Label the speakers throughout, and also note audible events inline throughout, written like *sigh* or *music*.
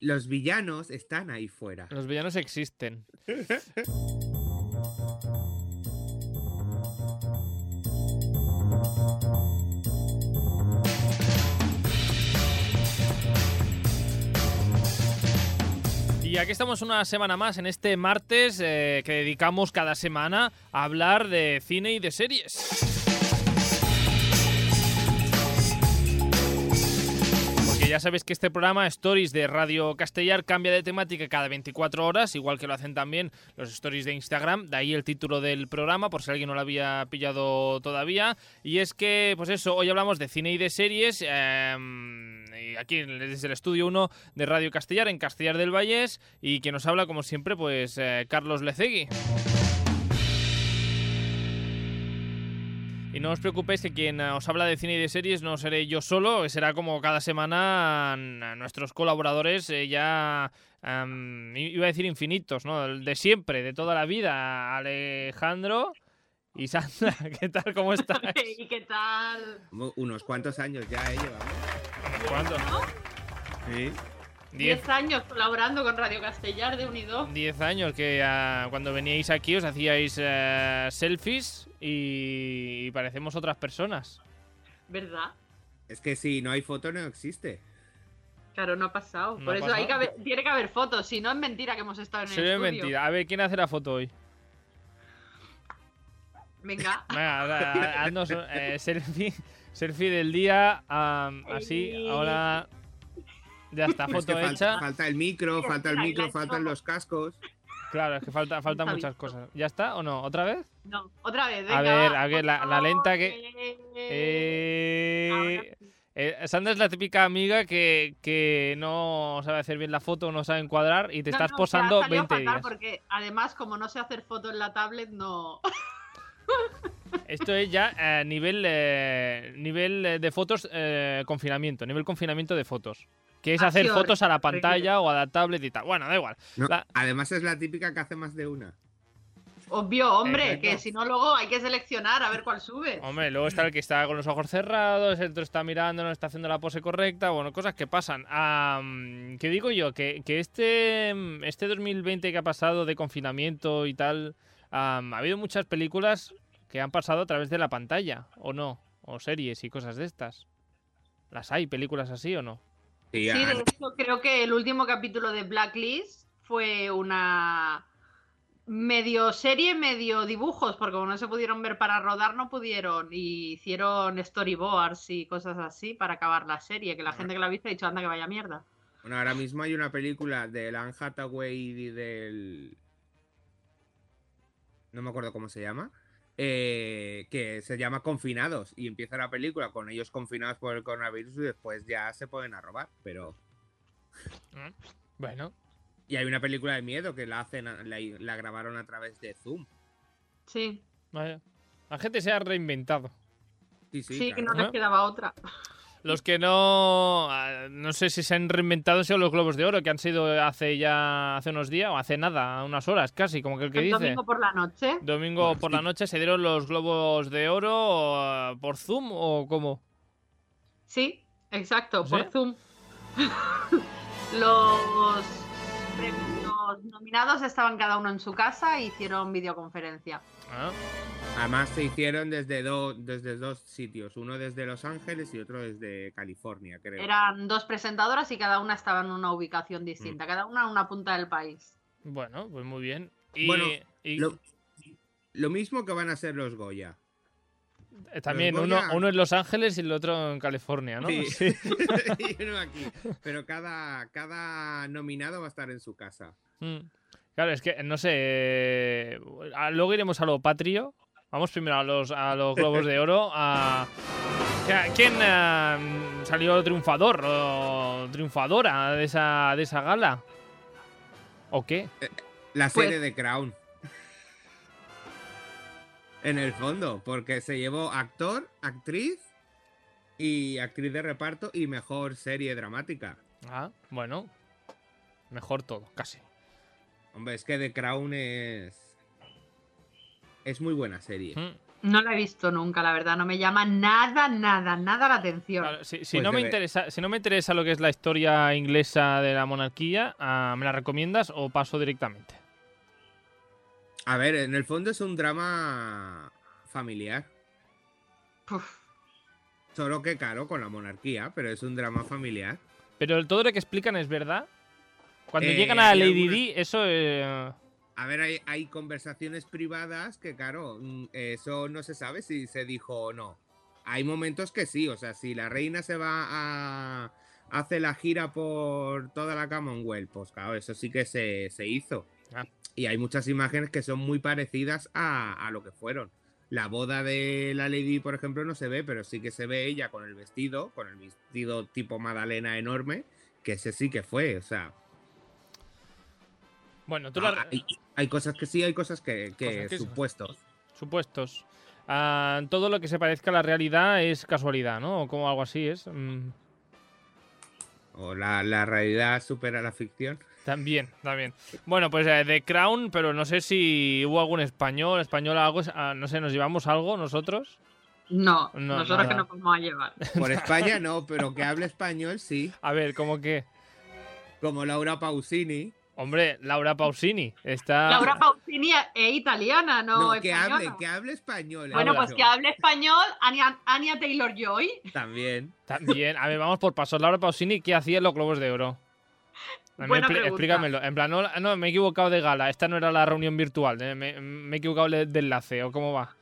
Speaker 1: Los villanos están ahí fuera.
Speaker 2: Los villanos existen. Y aquí estamos una semana más en este martes eh, que dedicamos cada semana a hablar de cine y de series. Porque ya sabéis que este programa Stories de Radio Castellar cambia de temática cada 24 horas, igual que lo hacen también los Stories de Instagram, de ahí el título del programa por si alguien no lo había pillado todavía. Y es que, pues eso, hoy hablamos de cine y de series, eh, y aquí desde el Estudio 1 de Radio Castellar, en Castellar del Vallés, y que nos habla como siempre, pues eh, Carlos Lecegui. Y no os preocupéis que quien eh, os habla de cine y de series no seré yo solo, será como cada semana n- nuestros colaboradores eh, ya, em, i- iba a decir infinitos, ¿no? El De siempre, de toda la vida, Alejandro y Sandra. *laughs* ¿Qué tal?
Speaker 3: *laughs*
Speaker 2: ¿Cómo estáis?
Speaker 3: ¿Y qué tal?
Speaker 1: Como Unos cuantos años ya, ¿eh? Llevamos.
Speaker 2: ¿Cuántos?
Speaker 3: ¿No?
Speaker 1: Sí.
Speaker 2: Diez,
Speaker 3: Diez años colaborando con Radio Castellar de Unido.
Speaker 2: diez años que ah, cuando veníais aquí os hacíais eh, selfies y, y parecemos otras personas.
Speaker 3: ¿Verdad?
Speaker 1: Es que si no hay foto no existe.
Speaker 3: Claro, no ha pasado.
Speaker 2: No
Speaker 3: Por
Speaker 2: ha
Speaker 3: eso
Speaker 2: pasado.
Speaker 3: hay que haber- tiene que haber fotos. Si no, es mentira que hemos estado en el
Speaker 2: Sería
Speaker 3: estudio.
Speaker 2: mentira. A ver, ¿quién hace la foto hoy?
Speaker 3: Venga.
Speaker 2: Venga, ahora, ha- haznos eh, selfie, selfie del día, am, así, ahora ya está,
Speaker 1: Pero es que
Speaker 2: foto
Speaker 1: falta,
Speaker 2: hecha.
Speaker 1: falta el micro, falta el
Speaker 3: la
Speaker 1: micro,
Speaker 3: engancho.
Speaker 1: faltan los cascos.
Speaker 2: Claro, es que falta, faltan
Speaker 3: Está
Speaker 2: muchas
Speaker 3: visto.
Speaker 2: cosas. ¿Ya está o no? ¿Otra vez?
Speaker 3: No, otra vez.
Speaker 2: A
Speaker 3: Venga,
Speaker 2: ver,
Speaker 3: va,
Speaker 2: a ver, la-
Speaker 3: por
Speaker 2: la lenta
Speaker 3: favor,
Speaker 2: que-
Speaker 3: eh, ahora
Speaker 2: Eh,
Speaker 3: sí.
Speaker 2: eh, Sandra es la típica amiga que, que no sabe hacer bien la foto, no sabe encuadrar y te
Speaker 3: No,
Speaker 2: estás
Speaker 3: no,
Speaker 2: posando
Speaker 3: que ha salido
Speaker 2: 20
Speaker 3: fatal
Speaker 2: días.
Speaker 3: Porque además, como no sé hacer fotos en la tablet, no. *laughs*
Speaker 2: Esto es ya eh, nivel, eh, nivel eh, de fotos eh, confinamiento, nivel confinamiento de fotos. Que es
Speaker 3: Así
Speaker 2: hacer
Speaker 3: horrible,
Speaker 2: fotos a la pantalla o a la tablet y tal. Bueno, da igual.
Speaker 1: No,
Speaker 2: La-
Speaker 1: Además es la típica que hace más de una.
Speaker 3: Obvio, hombre,
Speaker 2: Exacto.
Speaker 3: que si no, luego hay que seleccionar a ver cuál sube.
Speaker 2: Hombre, luego está el que está con los ojos cerrados, el otro está mirando, no está haciendo la pose correcta, bueno, cosas que pasan. Ah, mm, ¿Qué digo yo? Que, que este, mm, este 2020 que ha pasado de confinamiento y tal, ah, ha habido muchas películas que han pasado a través de la pantalla, ¿o no? O series y cosas de estas. ¿Las hay películas así o no?
Speaker 1: Sí,
Speaker 3: Sí,
Speaker 1: a-
Speaker 3: de hecho, creo que el último capítulo de Blacklist fue una medio serie, medio dibujos, porque como no se pudieron ver para rodar, no pudieron. Y hicieron storyboards y cosas así para acabar la serie, que la gente que la ha visto ha dicho, anda, que vaya mierda.
Speaker 1: Bueno, ahora mismo hay una película de Anne Hathaway y del... No me acuerdo cómo se llama. eh, que se llama Confinados y empieza la película con ellos confinados por el coronavirus y después ya se pueden a robar, pero...
Speaker 2: Bueno,
Speaker 1: Y hay una película de miedo que la hacen, a- la, la grabaron a través de Zoom.
Speaker 3: Sí,
Speaker 2: vaya. La gente se ha reinventado.
Speaker 1: Sí,
Speaker 3: sí,
Speaker 1: sí.
Speaker 3: que
Speaker 1: claro.
Speaker 3: no les
Speaker 2: Ajá.
Speaker 3: quedaba otra.
Speaker 2: Los que no. ah, No sé si se han reinventado son los globos de oro, que han sido hace ya. hace unos días, o hace nada, unas horas casi, como que el que
Speaker 3: el
Speaker 2: dice.
Speaker 3: domingo por la noche.
Speaker 2: Domingo
Speaker 1: Ah,
Speaker 2: por
Speaker 1: sí.
Speaker 2: la noche se dieron los globos de oro ah, por Zoom o cómo?
Speaker 3: Sí, exacto,
Speaker 2: ¿Sí?
Speaker 3: por Zoom. *laughs* los, los nominados estaban cada uno en su casa e hicieron videoconferencia.
Speaker 2: Ah,
Speaker 1: Además se hicieron desde, do- desde dos sitios, uno desde Los Ángeles y otro desde California, creo.
Speaker 3: Eran dos presentadoras y cada una estaba en una ubicación distinta,
Speaker 1: Mm.
Speaker 3: cada una en una punta del país.
Speaker 2: bueno, pues muy bien. Y,
Speaker 1: Bueno,
Speaker 2: y
Speaker 1: Lo, lo mismo que van a ser los Goya.
Speaker 2: eh, también
Speaker 1: los
Speaker 2: uno,
Speaker 1: Goya-
Speaker 2: uno en Los Ángeles y el otro en California, ¿no? *laughs*
Speaker 1: Sí. *laughs* Y uno aquí. Pero cada, cada nominado va a estar en su casa.
Speaker 2: Mm. Claro, es que no sé. eh, ah, Luego iremos a lo patrio. Vamos primero a los, a los globos de oro. A... ¿Qui- ¿Quién ah, mm, salió triunfador o triunfadora de esa, de esa gala? ¿O qué?
Speaker 1: La
Speaker 3: Pues-
Speaker 1: serie de Crown. En el fondo, porque se llevó actor, actriz y actriz de reparto y mejor serie dramática.
Speaker 2: Ah, bueno. Mejor todo, casi.
Speaker 1: Hombre, es que The Crown es. Es muy buena serie.
Speaker 2: Mm.
Speaker 3: No la he visto nunca, la verdad. No me llama nada, nada, nada la atención.
Speaker 2: Claro, si, si
Speaker 1: Pues
Speaker 2: no me
Speaker 1: debe.
Speaker 2: interesa, si no me interesa lo que es la historia inglesa de la monarquía, ah, ¿me la recomiendas o paso directamente?
Speaker 1: A ver, en el fondo es un drama familiar.
Speaker 3: Puf.
Speaker 1: Solo que claro, con la monarquía, pero es un drama familiar.
Speaker 2: Pero el- todo lo que explican es verdad. Cuando
Speaker 1: Eh,
Speaker 2: llegan a
Speaker 1: hay
Speaker 2: Lady
Speaker 1: algunas-
Speaker 2: Di, eso eh,
Speaker 1: A ver, hay, hay conversaciones privadas que, claro, mm, eso no se sabe si se dijo o no. Hay momentos que sí, o sea, si la reina se va a. hace la gira por toda la Commonwealth, pues claro, eso sí que se, se hizo.
Speaker 2: Ah.
Speaker 1: Y hay muchas imágenes que son muy parecidas a, a lo que fueron. La boda de la Lady, por ejemplo, no se ve, pero sí que se ve ella con el vestido, con el vestido tipo Madalena enorme, que ese sí que fue, o sea.
Speaker 2: Bueno, tú la-
Speaker 1: Ah, hay, hay cosas que sí, hay cosas que, que
Speaker 2: Cosas que sí.
Speaker 1: supuestos.
Speaker 2: supuestos. Ah, todo lo que se parezca a la realidad es casualidad, ¿no? O como algo así es. Mm,
Speaker 1: O la, la realidad supera la ficción.
Speaker 2: también, también. Bueno, pues eh, The Crown, pero no sé si hubo algún español, española, algo, ah, no sé, ¿nos llevamos algo nosotros?
Speaker 3: No,
Speaker 2: No,
Speaker 3: nosotros
Speaker 2: nada.
Speaker 3: que nos vamos a llevar.
Speaker 1: Por España no, pero que hable español sí.
Speaker 2: A ver, ¿cómo que?
Speaker 1: Como Laura Pausini.
Speaker 2: Hombre, Laura Pausini está...
Speaker 3: Laura Pausini es italiana, no,
Speaker 1: No, que
Speaker 3: española.
Speaker 1: hable, que hable español.
Speaker 3: Bueno,
Speaker 1: habla.
Speaker 3: pues que hable español Anya, Taylor Joy.
Speaker 1: También.
Speaker 2: También, a ver, vamos por pasos. Laura Pausini, ¿qué hacía en los Globos de Oro? A mí
Speaker 3: Buena
Speaker 2: expli-
Speaker 3: pregunta.
Speaker 2: explícamelo. En plan, no, no, me he equivocado de gala. Esta no era la reunión virtual. eh, Me, me he equivocado de, de enlace. ¿O cómo va?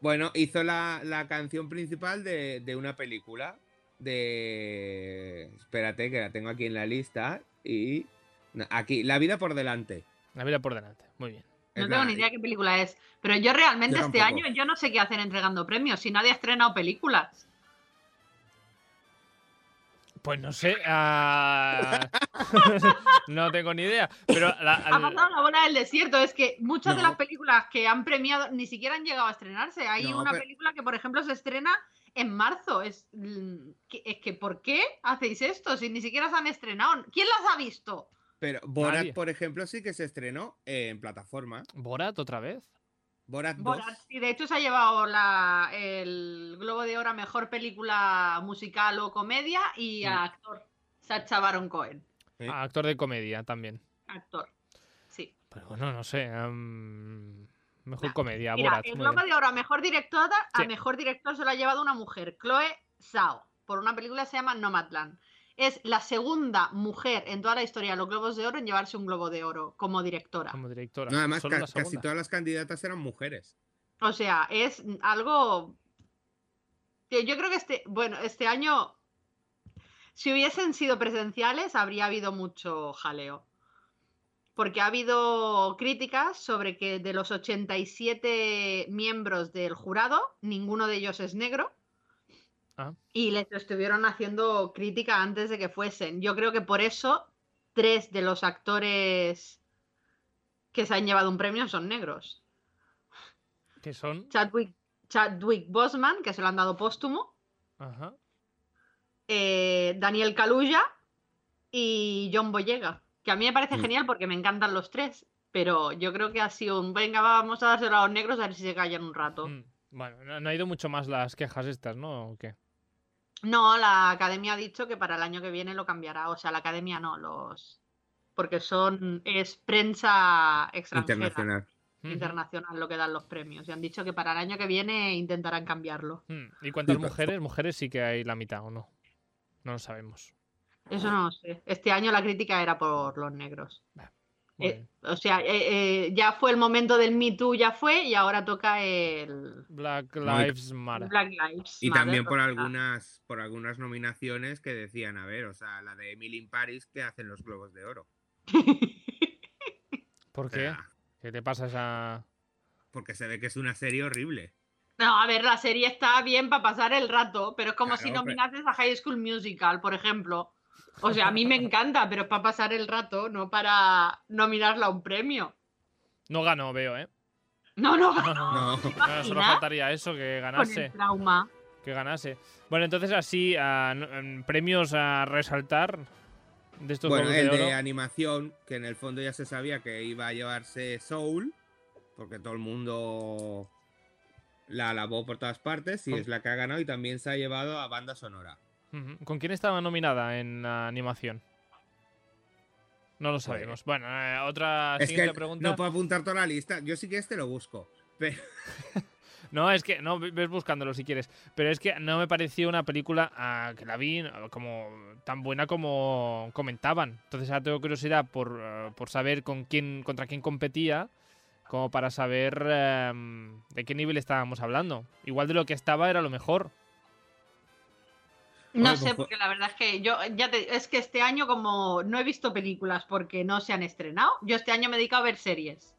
Speaker 1: Bueno, hizo la, la canción principal de, de una película. De. Espérate, que la tengo aquí en la lista. Y. no, Aquí, La vida por delante.
Speaker 2: La vida por delante. Muy bien.
Speaker 1: Es
Speaker 3: No tengo
Speaker 1: la-
Speaker 3: ni idea qué película es. Pero yo realmente
Speaker 1: Yo
Speaker 3: este
Speaker 1: tampoco.
Speaker 3: año yo no sé qué hacen entregando premios si nadie ha estrenado películas.
Speaker 2: Pues no sé. ah, *laughs* no tengo ni idea. Pero la-
Speaker 3: Ha
Speaker 2: al-
Speaker 3: pasado la bola del desierto. Es que muchas de
Speaker 1: No.
Speaker 3: las películas que han premiado ni siquiera han llegado a estrenarse. Hay
Speaker 1: No,
Speaker 3: una
Speaker 1: pero-
Speaker 3: película que, por ejemplo, se estrena en marzo. Es, mm, que- es que, ¿por qué hacéis esto si ni siquiera se han estrenado? ¿Quién las ha visto?
Speaker 1: Pero Borat,
Speaker 2: Nadie.
Speaker 1: por ejemplo, sí que se estrenó eh, en plataforma.
Speaker 2: Borat otra vez.
Speaker 1: Borat 2.
Speaker 3: Borat, sí, de hecho se ha llevado la- el Globo de Oro a Mejor Película Musical o Comedia y a actor, Sacha Baron Cohen.
Speaker 1: Sí.
Speaker 2: Ah, actor de comedia también.
Speaker 3: Actor, sí.
Speaker 2: Pero bueno, no sé. am, mejor
Speaker 3: Nah,
Speaker 2: comedia,
Speaker 3: Mira,
Speaker 2: Borat.
Speaker 3: el
Speaker 2: muy
Speaker 3: Globo
Speaker 2: bien.
Speaker 3: de Oro a Mejor Directora,
Speaker 2: Sí.
Speaker 3: a Mejor Director se lo ha llevado una mujer, Chloe Zhao, por una película que se llama Nomadland. Es la segunda mujer en toda la historia de los Globos de Oro en llevarse un Globo de Oro como directora.
Speaker 2: Como directora.
Speaker 1: Nada más,
Speaker 2: Solo
Speaker 1: ca-
Speaker 2: la
Speaker 1: casi
Speaker 2: segunda.
Speaker 1: todas las candidatas eran mujeres.
Speaker 3: O sea, es algo. Tío, Yo creo que este, bueno, este año, si hubiesen sido presenciales, habría habido mucho jaleo. Porque ha habido críticas sobre que de los 87 miembros del jurado, ninguno de ellos es negro.
Speaker 2: Ah.
Speaker 3: Y les estuvieron haciendo crítica antes de que fuesen. Yo creo que por eso tres de los actores que se han llevado un premio son negros.
Speaker 2: Que son.
Speaker 3: Chadwick, Chadwick Bosman, que se lo han dado póstumo,
Speaker 2: Ajá.
Speaker 3: eh, Daniel Kaluuya y John Boyega, que a mí me parece
Speaker 1: Mm.
Speaker 3: genial porque me encantan los tres, pero yo creo que ha sido un venga, va, vamos a dárselo a los negros a ver si se callan un rato.
Speaker 2: Mm, Bueno, no, no ha ido mucho más las quejas estas, ¿no? ¿O qué?
Speaker 3: No, la academia ha dicho que para el año que viene lo cambiará, o sea, la academia no, los porque son es prensa extranjera, internacional,
Speaker 1: Internacional.
Speaker 3: lo que dan los premios, y han dicho que para el año que viene intentarán cambiarlo.
Speaker 2: Mm, ¿Y cuántas
Speaker 1: Sí, pero-
Speaker 2: mujeres? Mujeres sí que hay la mitad, ¿o no? No lo sabemos.
Speaker 3: Eso no lo sé. Este año la crítica era por los negros.
Speaker 2: Muy
Speaker 3: Eh,
Speaker 2: bien.
Speaker 3: o sea, eh, eh, ya fue el momento del Me Too, ya fue, y ahora toca el
Speaker 2: Black
Speaker 1: No, y-
Speaker 2: Lives Matter.
Speaker 3: Black Lives
Speaker 1: Y
Speaker 3: Matter,
Speaker 1: también por
Speaker 3: o sea,
Speaker 1: algunas, por algunas nominaciones que decían, a ver, o sea, la de Emily in Paris que hacen los Globos de Oro.
Speaker 2: ¿Por
Speaker 1: O
Speaker 2: qué?
Speaker 1: sea,
Speaker 2: ¿Qué te pasa esa...?
Speaker 1: porque se ve que es una serie horrible.
Speaker 3: No, a ver, la serie está bien para pasar el rato, pero es como si
Speaker 1: Claro, pero-
Speaker 3: nominases a High School Musical, por ejemplo. O sea, a mí me encanta, pero es para pasar el rato, no para nominarla a un premio.
Speaker 2: No ganó, veo, ¿eh?
Speaker 3: No, no,
Speaker 2: No, no, no.
Speaker 1: No,
Speaker 2: No, solo
Speaker 3: Imaginas
Speaker 2: faltaría eso, que
Speaker 3: con el
Speaker 2: ganase.
Speaker 3: trauma.
Speaker 2: Que ganase. Bueno, entonces así, ah, no- em, premios a resaltar de estos
Speaker 1: bueno,
Speaker 2: Globos
Speaker 1: el
Speaker 2: de
Speaker 1: de,
Speaker 2: Oro.
Speaker 1: animación, que en el fondo ya se sabía que iba a llevarse Soul, porque todo el mundo la alabó por todas partes y
Speaker 2: Con-
Speaker 1: es la que ha ganado y también se ha llevado a banda sonora.
Speaker 2: Ujú. ¿Con quién estaba nominada en la animación? No lo sabemos. Bueno, eh, otra
Speaker 1: Pues, Es
Speaker 2: siguiente
Speaker 1: que
Speaker 2: pregunta.
Speaker 1: no puedo apuntar toda la lista. Yo sí que este lo busco. Pero
Speaker 2: No, es que no, ves buscándolo si quieres. Pero es que no me pareció una película ah, que la vi ah, como tan buena como comentaban. Entonces ahora tengo curiosidad por, eh, por saber con quién, contra quién competía, como para saber em, de qué nivel estábamos hablando. Igual de lo que estaba era lo mejor.
Speaker 3: No
Speaker 1: Bueno, pues
Speaker 3: sé,
Speaker 1: fue-
Speaker 3: porque la verdad es que yo ya te- es que este año como no he visto películas porque no se han estrenado, yo este año me he dedicado a ver series.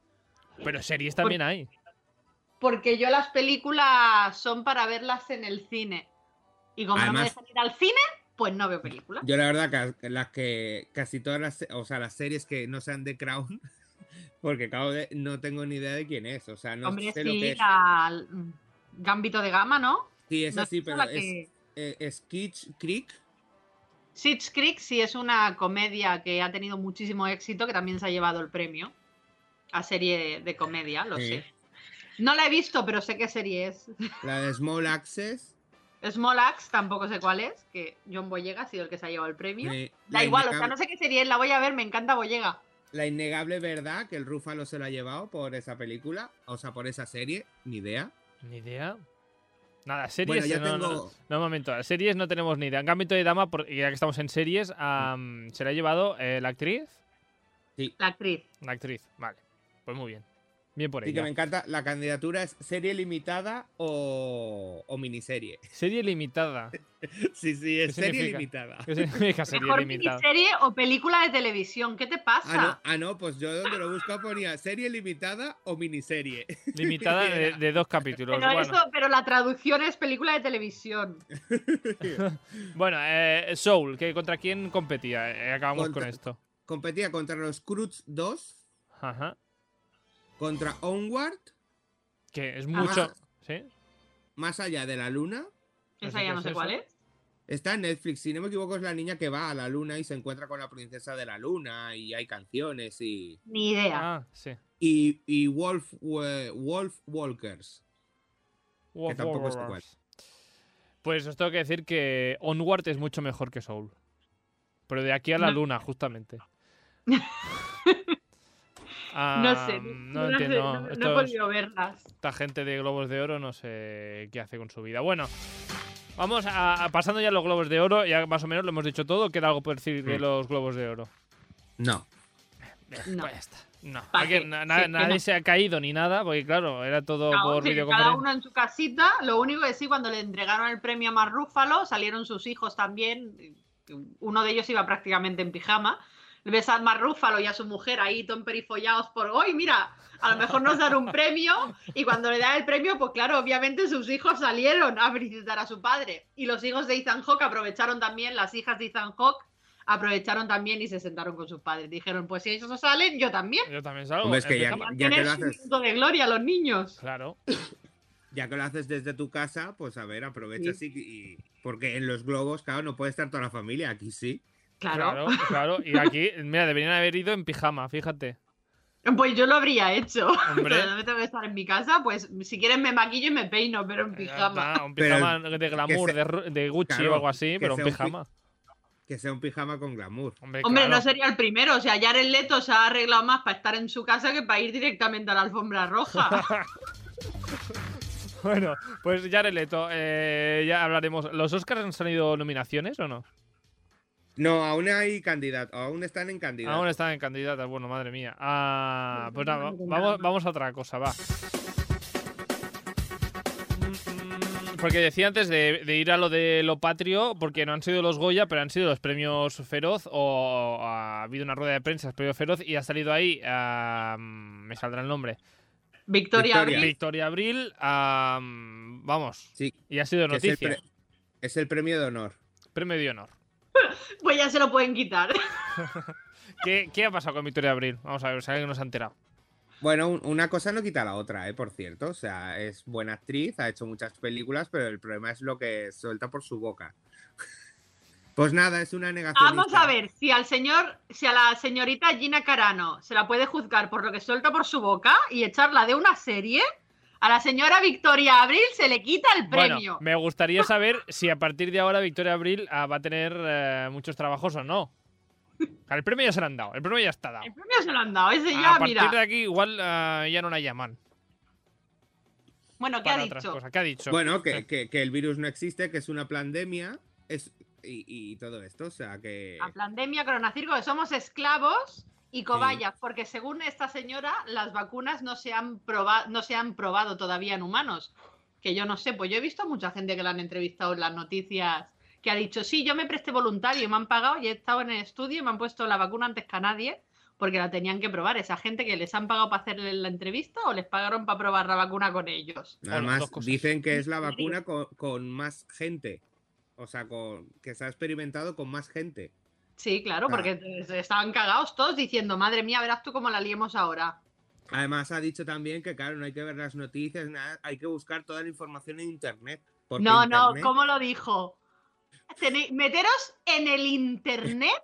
Speaker 2: Pero series también hay.
Speaker 3: Porque yo las películas son para verlas en el cine. Y como no me
Speaker 1: Además-
Speaker 3: dejan ir al cine, pues no veo películas.
Speaker 1: yo la verdad que- que las que casi todas las, se- o sea, las series que no sean de Crown, *laughs* porque claro, de- no tengo ni idea de quién es. O sea, no
Speaker 3: Hombre,
Speaker 1: sé lo que
Speaker 3: sí,
Speaker 1: es.
Speaker 3: la- mm, Gambito de Gama, ¿no?
Speaker 1: Sí, es
Speaker 3: No
Speaker 1: así,
Speaker 3: es
Speaker 1: pero
Speaker 3: la
Speaker 1: es,
Speaker 3: que-
Speaker 1: eh, es Kitsch Creek.
Speaker 3: Schitt's Creek sí es una comedia que ha tenido muchísimo éxito, que también se ha llevado el premio a serie de comedia, lo
Speaker 1: Sí.
Speaker 3: sé. No la he visto, pero sé qué serie es. *laughs*
Speaker 1: La de Small Access.
Speaker 3: Small Axe, tampoco sé cuál es, que John Boyega ha sido el que se ha llevado el premio.
Speaker 1: eh,
Speaker 3: da
Speaker 1: la
Speaker 3: igual, o sea,
Speaker 1: innegable-
Speaker 3: no sé qué serie es, la voy a ver, me encanta Boyega.
Speaker 1: La innegable verdad que el Rúfalo se lo ha llevado por esa película, o sea, por esa serie, ni idea.
Speaker 2: Ni idea. Nada, series.
Speaker 1: bueno, yo
Speaker 2: no, no,
Speaker 1: tengo.
Speaker 2: No, un momento, las series no tenemos ni idea. En Gambito de Dama, por- y ya que estamos en series, am, ¿se la ha llevado eh, la actriz?
Speaker 3: La actriz.
Speaker 2: La actriz, vale. Pues muy bien. Bien por
Speaker 1: sí que
Speaker 2: ella.
Speaker 1: me encanta. La candidatura es serie limitada o, o miniserie. *laughs*
Speaker 2: Serie limitada.
Speaker 1: Sí, sí, es
Speaker 2: ¿Qué
Speaker 1: serie
Speaker 2: significa?
Speaker 1: limitada.
Speaker 2: ¿Qué significa serie
Speaker 3: Mejor
Speaker 2: limitada?
Speaker 3: miniserie o película de televisión, ¿qué te pasa?
Speaker 1: Ah no, ah, no, pues yo donde lo buscaba ponía serie limitada o miniserie. *laughs*
Speaker 2: Limitada de, de dos capítulos.
Speaker 3: pero,
Speaker 2: bueno,
Speaker 3: eso- pero la traducción es película de televisión.
Speaker 2: Bueno, eh, Soul, ¿que ¿contra quién competía? Eh, acabamos
Speaker 1: Contra-
Speaker 2: con esto.
Speaker 1: Competía contra los Cruz 2,
Speaker 2: Ajá.
Speaker 1: contra Onward,
Speaker 2: Que es mucho. ¿Sí?
Speaker 1: Más allá de la luna.
Speaker 2: No
Speaker 3: Esa
Speaker 2: sé
Speaker 3: ya
Speaker 2: qué
Speaker 3: no
Speaker 2: es
Speaker 3: sé
Speaker 2: eso.
Speaker 3: cuál es.
Speaker 1: Está en Netflix, si no me equivoco, es la niña que va a la luna y se encuentra con la princesa de la luna y hay canciones y.
Speaker 3: Ni idea.
Speaker 2: Ah, sí.
Speaker 1: Y, y Wolf, eh, Wolf Walkers.
Speaker 2: Wolf
Speaker 1: tampoco es
Speaker 2: Warriors.
Speaker 1: igual.
Speaker 2: Pues os tengo que decir que Onward es mucho mejor que Soul. Pero de aquí a la
Speaker 3: No.
Speaker 2: luna,
Speaker 3: *laughs*
Speaker 2: justamente.
Speaker 3: no sé.
Speaker 2: Ah, No
Speaker 3: las he-
Speaker 2: entiendo.
Speaker 3: no- no he
Speaker 2: Estos-
Speaker 3: podido verlas.
Speaker 2: esta gente de globos de oro no sé qué hace con su vida. Bueno, vamos a, a- pasando ya los globos de oro, ya más o menos lo hemos dicho todo, queda algo por decir de
Speaker 1: Mm.
Speaker 2: los globos de oro.
Speaker 1: No.
Speaker 3: No.
Speaker 2: Pues ya está. No,
Speaker 3: Pa'
Speaker 2: Aquí
Speaker 3: qué,
Speaker 2: na-
Speaker 3: sí,
Speaker 2: na-
Speaker 3: que
Speaker 2: nadie
Speaker 3: no.
Speaker 2: se ha caído ni nada, porque claro, era todo
Speaker 3: Claro,
Speaker 2: por
Speaker 3: sí,
Speaker 2: videoconferencia.
Speaker 3: cada uno en su casita. Lo único que sí, cuando le entregaron el premio a Mar Rúfalo, salieron sus hijos también. Uno de ellos iba prácticamente en pijama. Ves a Mar Rúfalo y a su mujer ahí tomperifollados por hoy, mira, a lo mejor nos dan un premio. Y cuando le dan el premio, pues claro, obviamente sus hijos salieron a felicitar a su padre. Y los hijos de Ethan Hawke aprovecharon también, las hijas de Ethan Hawke aprovecharon también y se sentaron con sus padres. Dijeron, pues si ellos no salen, yo también.
Speaker 2: Yo también salgo.
Speaker 1: Hombre, es que
Speaker 2: en
Speaker 1: ya-
Speaker 2: pijama.
Speaker 3: Van a
Speaker 1: que
Speaker 3: tener
Speaker 1: lo
Speaker 3: su
Speaker 1: haces.
Speaker 3: minuto de gloria los niños.
Speaker 2: Claro.
Speaker 1: Ya que lo haces desde tu casa, pues a ver, aprovecha
Speaker 3: Sí.
Speaker 1: sí, y- porque en los globos, claro, no puede estar toda la familia, aquí sí.
Speaker 3: claro.
Speaker 2: Claro, claro. Y aquí, mira, deberían haber ido en pijama, fíjate.
Speaker 3: Pues yo lo habría hecho. *laughs*
Speaker 2: Hombre.
Speaker 3: Pero no me tengo que estar en mi casa, pues si quieres me maquillo y me peino, pero en pijama.
Speaker 2: Ah, Un
Speaker 1: Pero
Speaker 2: pijama de glamour,
Speaker 1: que
Speaker 2: de, ru- de Gucci
Speaker 1: Claro,
Speaker 2: o algo así,
Speaker 1: que
Speaker 2: pero un
Speaker 1: sea un pi-
Speaker 2: pijama.
Speaker 1: Que sea un pijama con glamour.
Speaker 2: Hombre,
Speaker 3: Hombre,
Speaker 2: claro.
Speaker 3: no sería el primero. O sea, Jared Leto se ha arreglado más para estar en su casa que para ir directamente a la alfombra
Speaker 2: *laughs*
Speaker 3: roja.
Speaker 2: Bueno, pues ya Leto, eh, ya hablaremos. ¿Los Oscars han salido nominaciones o no?
Speaker 1: No, aún hay candidato, aún están en candidato.
Speaker 2: Aún están en candidatas, bueno, madre mía. Ah,
Speaker 3: No,
Speaker 2: pues
Speaker 3: no
Speaker 2: nada,
Speaker 3: tengo
Speaker 2: vamos,
Speaker 3: nada.
Speaker 2: vamos a otra cosa, va. Porque decía antes de, de ir a lo de lo patrio, porque no han sido los Goya, pero han sido los premios Feroz, o ha habido una rueda de prensa, los premios Feroz, y ha salido ahí, ah, me saldrá el nombre,
Speaker 3: Victoria,
Speaker 1: Victoria.
Speaker 3: Abril.
Speaker 2: Victoria Abril, ah, vamos,
Speaker 1: Sí,
Speaker 2: y ha sido
Speaker 1: que es el,
Speaker 2: noticia,
Speaker 1: pre- es el premio de honor.
Speaker 2: premio de honor.
Speaker 3: Pues ya se lo pueden quitar.
Speaker 2: ¿Qué, qué ha pasado con Victoria Abril? Vamos a ver, si alguien nos ha enterado.
Speaker 1: Bueno, un- una cosa no quita la otra, ¿eh? por cierto. O sea, es buena actriz, ha hecho muchas películas, pero el problema es lo que suelta por su boca. *laughs* Pues nada, es una negación.
Speaker 3: Ah, Vamos a ver, si al señor, si a la señorita Gina Carano se la puede juzgar por lo que suelta por su boca y echarla de una serie, A la señora Victoria Abril se le quita el
Speaker 2: Bueno,
Speaker 3: premio.
Speaker 2: me gustaría saber si a partir de ahora Victoria Abril ah, va a tener eh, muchos trabajos o no. El premio ya se lo han dado, el premio ya está dado.
Speaker 3: El premio se lo han dado, ese
Speaker 2: A
Speaker 3: ya,
Speaker 2: partir
Speaker 3: mira.
Speaker 2: de aquí igual ah, ya no la llaman
Speaker 3: Bueno, ¿qué
Speaker 2: para
Speaker 3: ha
Speaker 2: otras
Speaker 3: dicho?
Speaker 2: cosas. ¿Qué ha dicho?
Speaker 1: Bueno,
Speaker 2: Sí.
Speaker 1: que, que- que el virus no existe, que es una pandemia es, y, y todo esto, o sea que...
Speaker 3: A pandemia, cronacirco, que somos esclavos y cobayas, porque según esta señora, las vacunas no se, han proba- no se han probado todavía en humanos. Que yo no sé, pues yo he visto a mucha gente que la han entrevistado en las noticias que ha dicho, sí, yo me presté voluntario y me han pagado y he estado en el estudio y me han puesto la vacuna antes que a nadie porque la tenían que probar. Esa gente que les han pagado para hacerle la entrevista o les pagaron para probar la vacuna con ellos.
Speaker 2: Bueno,
Speaker 1: Además,
Speaker 2: dos cosas.
Speaker 1: dicen que es la
Speaker 3: Sí, sí.
Speaker 1: vacuna con, con más gente. O sea, con, que se ha experimentado con más gente.
Speaker 3: Sí, claro, porque te- estaban cagados todos diciendo, madre mía, verás tú cómo la liemos ahora.
Speaker 1: Además, ha dicho también que, claro, no hay que ver las noticias, nada, hay que buscar toda la información en Internet. porque
Speaker 3: No, no,
Speaker 1: Internet-
Speaker 3: ¿cómo lo dijo? Tenéis- meteros en el
Speaker 1: *laughs*
Speaker 3: internet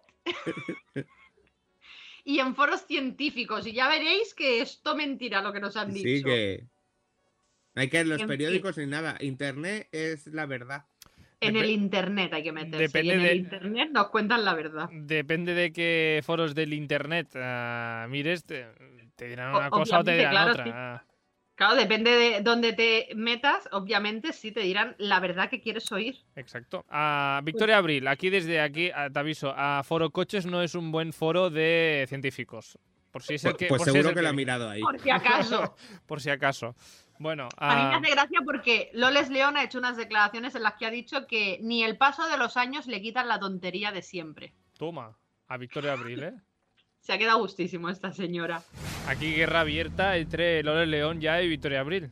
Speaker 3: y en foros científicos y ya veréis que esto mentira lo que nos han dicho.
Speaker 1: Sí, que... No hay que ver los
Speaker 3: En fin.
Speaker 1: periódicos ni nada. Internet es la verdad.
Speaker 3: En el
Speaker 2: Depe-
Speaker 3: internet hay que meterse.
Speaker 2: depende
Speaker 3: y en
Speaker 2: de-
Speaker 3: el internet nos cuentan la verdad.
Speaker 2: Depende de qué foros del internet ah, mires, te, te dirán
Speaker 3: O-
Speaker 2: una cosa o te
Speaker 3: obviamente,
Speaker 2: dirán
Speaker 3: claro,
Speaker 2: otra.
Speaker 3: sí.
Speaker 2: Ah.
Speaker 3: Claro, depende de dónde te metas, obviamente sí te dirán la verdad que quieres oír.
Speaker 2: Exacto. Ah, Victoria Abril, aquí desde aquí ah, te aviso, a Foro Coches no es un buen foro de científicos. Por si es el
Speaker 1: Pues,
Speaker 2: que,
Speaker 1: pues
Speaker 2: por si es
Speaker 1: seguro
Speaker 2: el
Speaker 1: que la ha
Speaker 2: que-
Speaker 1: mirado ahí.
Speaker 3: Por si
Speaker 2: *laughs*
Speaker 3: acaso.
Speaker 2: por si acaso. Bueno,
Speaker 3: A mí me
Speaker 2: ah,
Speaker 3: hace gracia porque Loles León ha hecho unas declaraciones en las que ha dicho que ni el paso de los años le quitan la tontería de siempre.
Speaker 2: toma, a Victoria Abril, ¿eh?
Speaker 3: Se ha quedado gustísimo esta señora.
Speaker 2: Aquí guerra abierta entre Lore León ya y Victoria Abril.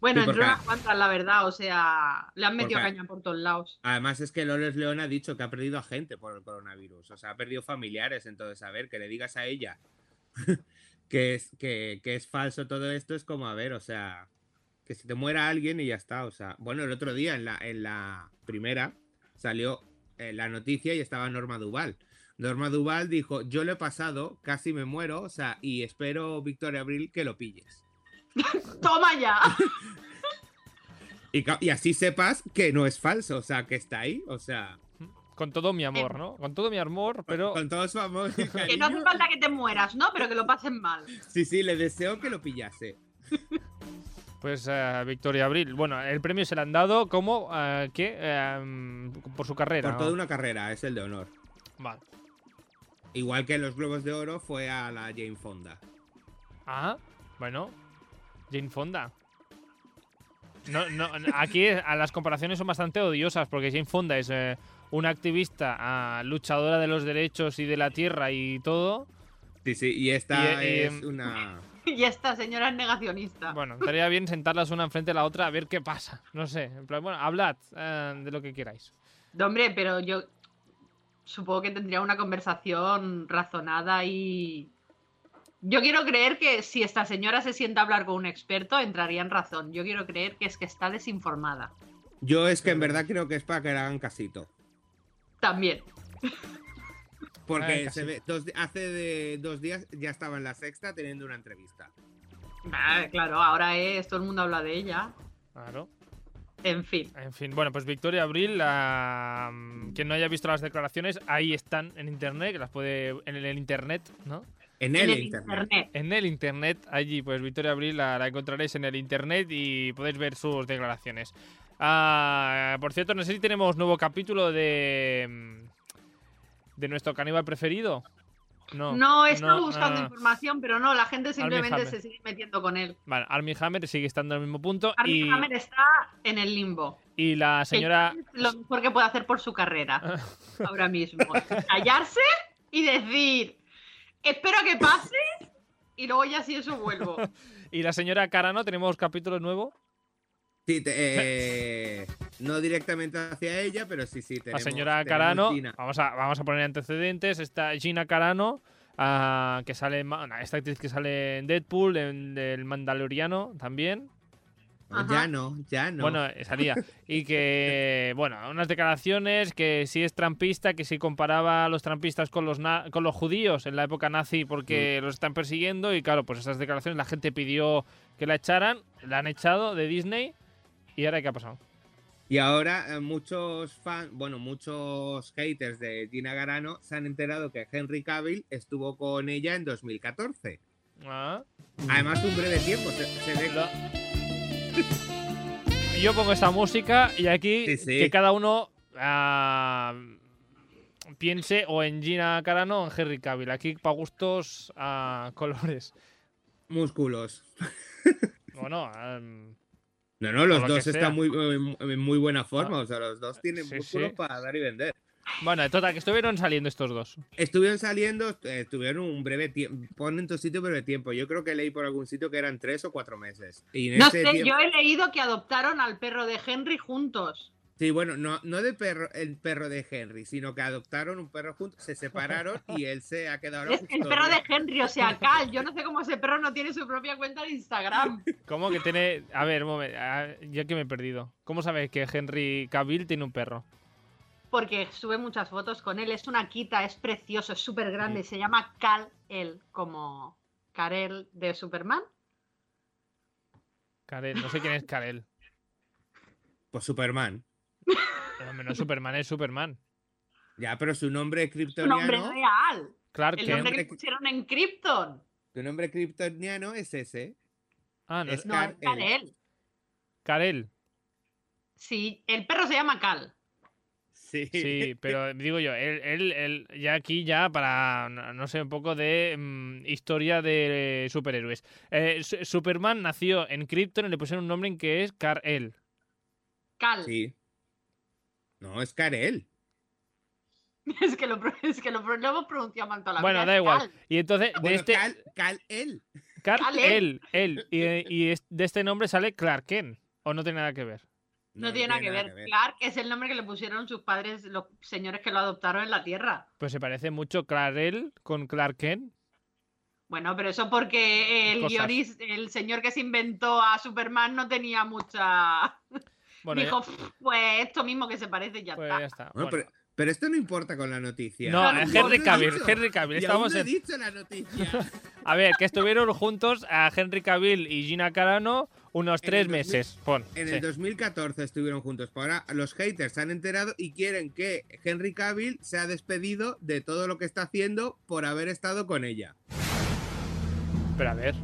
Speaker 3: Bueno, entre
Speaker 1: Sí, porque-
Speaker 3: unas cuantas, la verdad, o sea, le han metido
Speaker 1: Porque-
Speaker 3: caña por todos lados.
Speaker 1: Además es que Loles León ha dicho que ha perdido a gente por el coronavirus, o sea, ha perdido familiares, entonces, a ver, que le digas a ella *laughs* que, es, que, que es falso todo esto, es como, a ver, o sea, que se te muera alguien y ya está, o sea, bueno, el otro día en la, en la primera salió eh, la noticia y estaba Norma Duval. Norma Duval dijo, yo lo he pasado, casi me muero, o sea, y espero, Victoria Abril, que lo pilles.
Speaker 3: ¡Toma ya! *laughs*
Speaker 1: Y, ca- y así sepas que no es falso, o sea, que está ahí, o sea...
Speaker 2: Con todo mi amor, ¿no? Con todo mi amor, pero
Speaker 1: Con todos famosos.
Speaker 3: que no hace falta que te mueras, ¿no? Pero que lo pasen mal. *laughs*
Speaker 1: Sí, sí, le deseo que lo pillase.
Speaker 2: pues ah, Victoria Abril. Bueno, el premio se le han dado como ah, que eh, mm, por su carrera.
Speaker 1: Por
Speaker 2: ¿no?
Speaker 1: toda una carrera, es el de honor.
Speaker 2: Vale.
Speaker 1: Igual que los Globos de Oro fue a la Jane Fonda.
Speaker 2: Ah, bueno. Jane Fonda. No, no, aquí a las comparaciones son bastante odiosas porque Jane Fonda es eh, una activista, ah, luchadora de los derechos y de la tierra y todo.
Speaker 1: Sí, sí, y esta
Speaker 2: Y, eh,
Speaker 1: es una.
Speaker 3: Y esta señora es negacionista.
Speaker 2: Bueno, estaría bien sentarlas una enfrente de la otra a ver qué pasa. No sé. en plan, bueno, hablad eh, de lo que queráis.
Speaker 3: No, hombre, pero yo supongo que tendría una conversación razonada y... Yo quiero creer que si esta señora se sienta a hablar con un experto, entraría en razón. Yo quiero creer que es que está desinformada.
Speaker 1: Yo es que en verdad creo que es para que le hagan casito.
Speaker 3: También.
Speaker 1: Porque
Speaker 2: Hagan
Speaker 1: se ve- dos- hace de dos días ya estaba en la sexta teniendo una entrevista.
Speaker 3: Ah, claro, ahora es, todo el mundo habla de ella.
Speaker 2: Claro.
Speaker 3: En fin.
Speaker 2: En fin, bueno, pues Victoria Abril, la- mm, quien no haya visto las declaraciones, ahí están en internet, que las puede en el internet, ¿no?
Speaker 1: En
Speaker 3: En
Speaker 1: el,
Speaker 3: el
Speaker 1: internet.
Speaker 3: internet.
Speaker 2: En el internet, allí, pues Victoria Abril la, la encontraréis en el internet y podéis ver sus declaraciones. Ah, por cierto, no sé si tenemos nuevo capítulo de. mm, de nuestro caníbal preferido. No,
Speaker 3: No, he estado buscando
Speaker 2: ah.
Speaker 3: información, pero no, la gente simplemente
Speaker 2: Hammer.
Speaker 3: se sigue metiendo con él.
Speaker 2: Vale, Armie Hammer sigue estando en el mismo punto.
Speaker 3: Armie
Speaker 2: y,
Speaker 3: Hammer está en el limbo.
Speaker 2: y la señora.
Speaker 3: Que es lo mejor que puede hacer por su
Speaker 2: *laughs*
Speaker 3: carrera ahora mismo. Callarse y decir, espero que pase y luego ya si eso vuelvo.
Speaker 2: Y la señora Carano, tenemos capítulo nuevo.
Speaker 1: Sí, te- eh, no directamente hacia ella, pero sí, sí. Tenemos,
Speaker 2: la señora
Speaker 1: tenemos
Speaker 2: Carano.
Speaker 1: Gina.
Speaker 2: Vamos a, vamos a poner antecedentes. Está Gina Carano, ah, que sale en Ma- esta actriz que sale en Deadpool, en El Mandaloriano también.
Speaker 1: No, ya no, ya no.
Speaker 2: Bueno, salía. Y que,
Speaker 1: *laughs*
Speaker 2: bueno, unas declaraciones que si es trampista, que si comparaba a los trampistas con los, na- con los judíos en la época nazi porque
Speaker 1: Mm.
Speaker 2: los están persiguiendo. Y claro, pues esas declaraciones la gente pidió que la echaran, la han echado de Disney. ¿Y ahora qué ha pasado?
Speaker 1: Y ahora eh, muchos fans, bueno, muchos haters de Gina Garano se han enterado que Henry Cavill estuvo con ella en 2014.
Speaker 2: Ah,
Speaker 1: Además, un breve tiempo. Se, se ve *laughs*
Speaker 2: lo- Yo pongo esta música y aquí
Speaker 1: Sí, sí.
Speaker 2: que cada uno ah, piense o en Gina Carano o en Henry Cavill. Aquí para gustos a *laughs* colores.
Speaker 1: músculos.
Speaker 2: Bueno, am,
Speaker 1: No, no, los
Speaker 2: lo que
Speaker 1: dos
Speaker 2: sea.
Speaker 1: están muy, eh, en muy buena forma.
Speaker 2: Ah.
Speaker 1: O sea, los dos tienen
Speaker 2: Sí,
Speaker 1: músculos
Speaker 2: sí.
Speaker 1: para dar y vender.
Speaker 2: bueno, total, que estuvieron saliendo estos dos.
Speaker 1: Estuvieron saliendo, eh, estuvieron un breve tiempo. Pon en tu sitio breve tiempo. Yo creo que leí por algún sitio que eran tres o cuatro meses. Y en
Speaker 3: No
Speaker 1: ese
Speaker 3: sé,
Speaker 1: tiempo-
Speaker 3: yo he leído que adoptaron al perro de Henry juntos.
Speaker 1: Sí, bueno, no, no de perro, el perro de Henry, sino que adoptaron un perro juntos, se separaron y él se ha quedado ahora
Speaker 3: Es el
Speaker 1: justo
Speaker 3: perro de
Speaker 1: bien.
Speaker 3: Henry, o sea, Cal. Yo no sé cómo ese perro no tiene su propia cuenta de Instagram.
Speaker 2: ¿Cómo que tiene.? A ver, un momento. ah, yo que me he perdido. ¿Cómo sabes que Henry Cavill tiene un perro?
Speaker 3: Porque sube muchas fotos con él. Es una quita, es precioso, es súper grande. Se llama Cal El, como Karel de Superman.
Speaker 2: Karel, no sé quién es Karel.
Speaker 1: Pues Superman.
Speaker 2: Pero menos Superman es Superman.
Speaker 1: Ya, pero su nombre
Speaker 3: Un nombre
Speaker 1: kryptoniano,
Speaker 3: real.
Speaker 2: Clark
Speaker 3: El
Speaker 2: Kent.
Speaker 3: nombre que le pusieron en Krypton.
Speaker 1: su nombre kryptoniano es ese.
Speaker 2: Ah, no,
Speaker 1: es-
Speaker 2: es
Speaker 3: No, es
Speaker 1: Kal-El.
Speaker 3: Karel.
Speaker 2: Karel.
Speaker 3: Sí, el perro se llama Cal.
Speaker 1: Sí.
Speaker 2: Sí, pero digo yo, él, él, él- ya aquí ya para, no no sé, un poco de mm, historia de superhéroes. Eh, Su- Superman nació en Krypton y le pusieron un nombre en que es Kal-El.
Speaker 3: Cal.
Speaker 1: Sí. No, es Karel.
Speaker 3: *laughs* Es que lo, pro- es que lo, pro- lo hemos pronunciado mal toda la
Speaker 2: Bueno,
Speaker 3: vida,
Speaker 2: da
Speaker 3: es
Speaker 2: igual.
Speaker 3: Cal.
Speaker 2: Y entonces, de
Speaker 1: Bueno,
Speaker 2: este...
Speaker 1: Kal, Kal-El.
Speaker 2: Kal-El,
Speaker 3: Kal-El.
Speaker 2: él. Y, eh, y es- de este nombre sale Clark Kent. ¿O no tiene nada que ver?
Speaker 3: No, tiene nada que ver. Clark es el nombre que le pusieron sus padres, los señores que lo adoptaron en la Tierra.
Speaker 2: Pues se parece mucho Clarel con Clark Kent.
Speaker 3: Bueno, pero eso porque el
Speaker 2: Cosas.
Speaker 3: guionista, el señor que se inventó a Superman no tenía mucha...
Speaker 2: Bueno, ya-
Speaker 3: Dijo, "Pff, pues esto mismo que se parece y ya
Speaker 2: pues
Speaker 3: está.
Speaker 2: ya está.
Speaker 1: Bueno,
Speaker 2: Bueno.
Speaker 1: Pero, pero esto no importa con la noticia.
Speaker 2: No,
Speaker 3: Claro,
Speaker 2: eh,
Speaker 3: yo
Speaker 2: Henry
Speaker 1: lo he
Speaker 2: Cavill,
Speaker 1: dicho.
Speaker 2: Henry Cavill.
Speaker 1: Y aún
Speaker 2: Estamos
Speaker 1: no he
Speaker 2: en...
Speaker 1: dicho la noticia.
Speaker 2: A ver, que estuvieron juntos a Henry Cavill y Gina Carano unos
Speaker 1: En el
Speaker 2: tres
Speaker 1: 2000.
Speaker 2: meses. Pon.
Speaker 1: En
Speaker 2: sí.
Speaker 1: el 2014 estuvieron juntos. pero Ahora los haters se han enterado y quieren que Henry Cavill se ha despedido de todo lo que está haciendo por haber estado con ella.
Speaker 2: Pero a ver,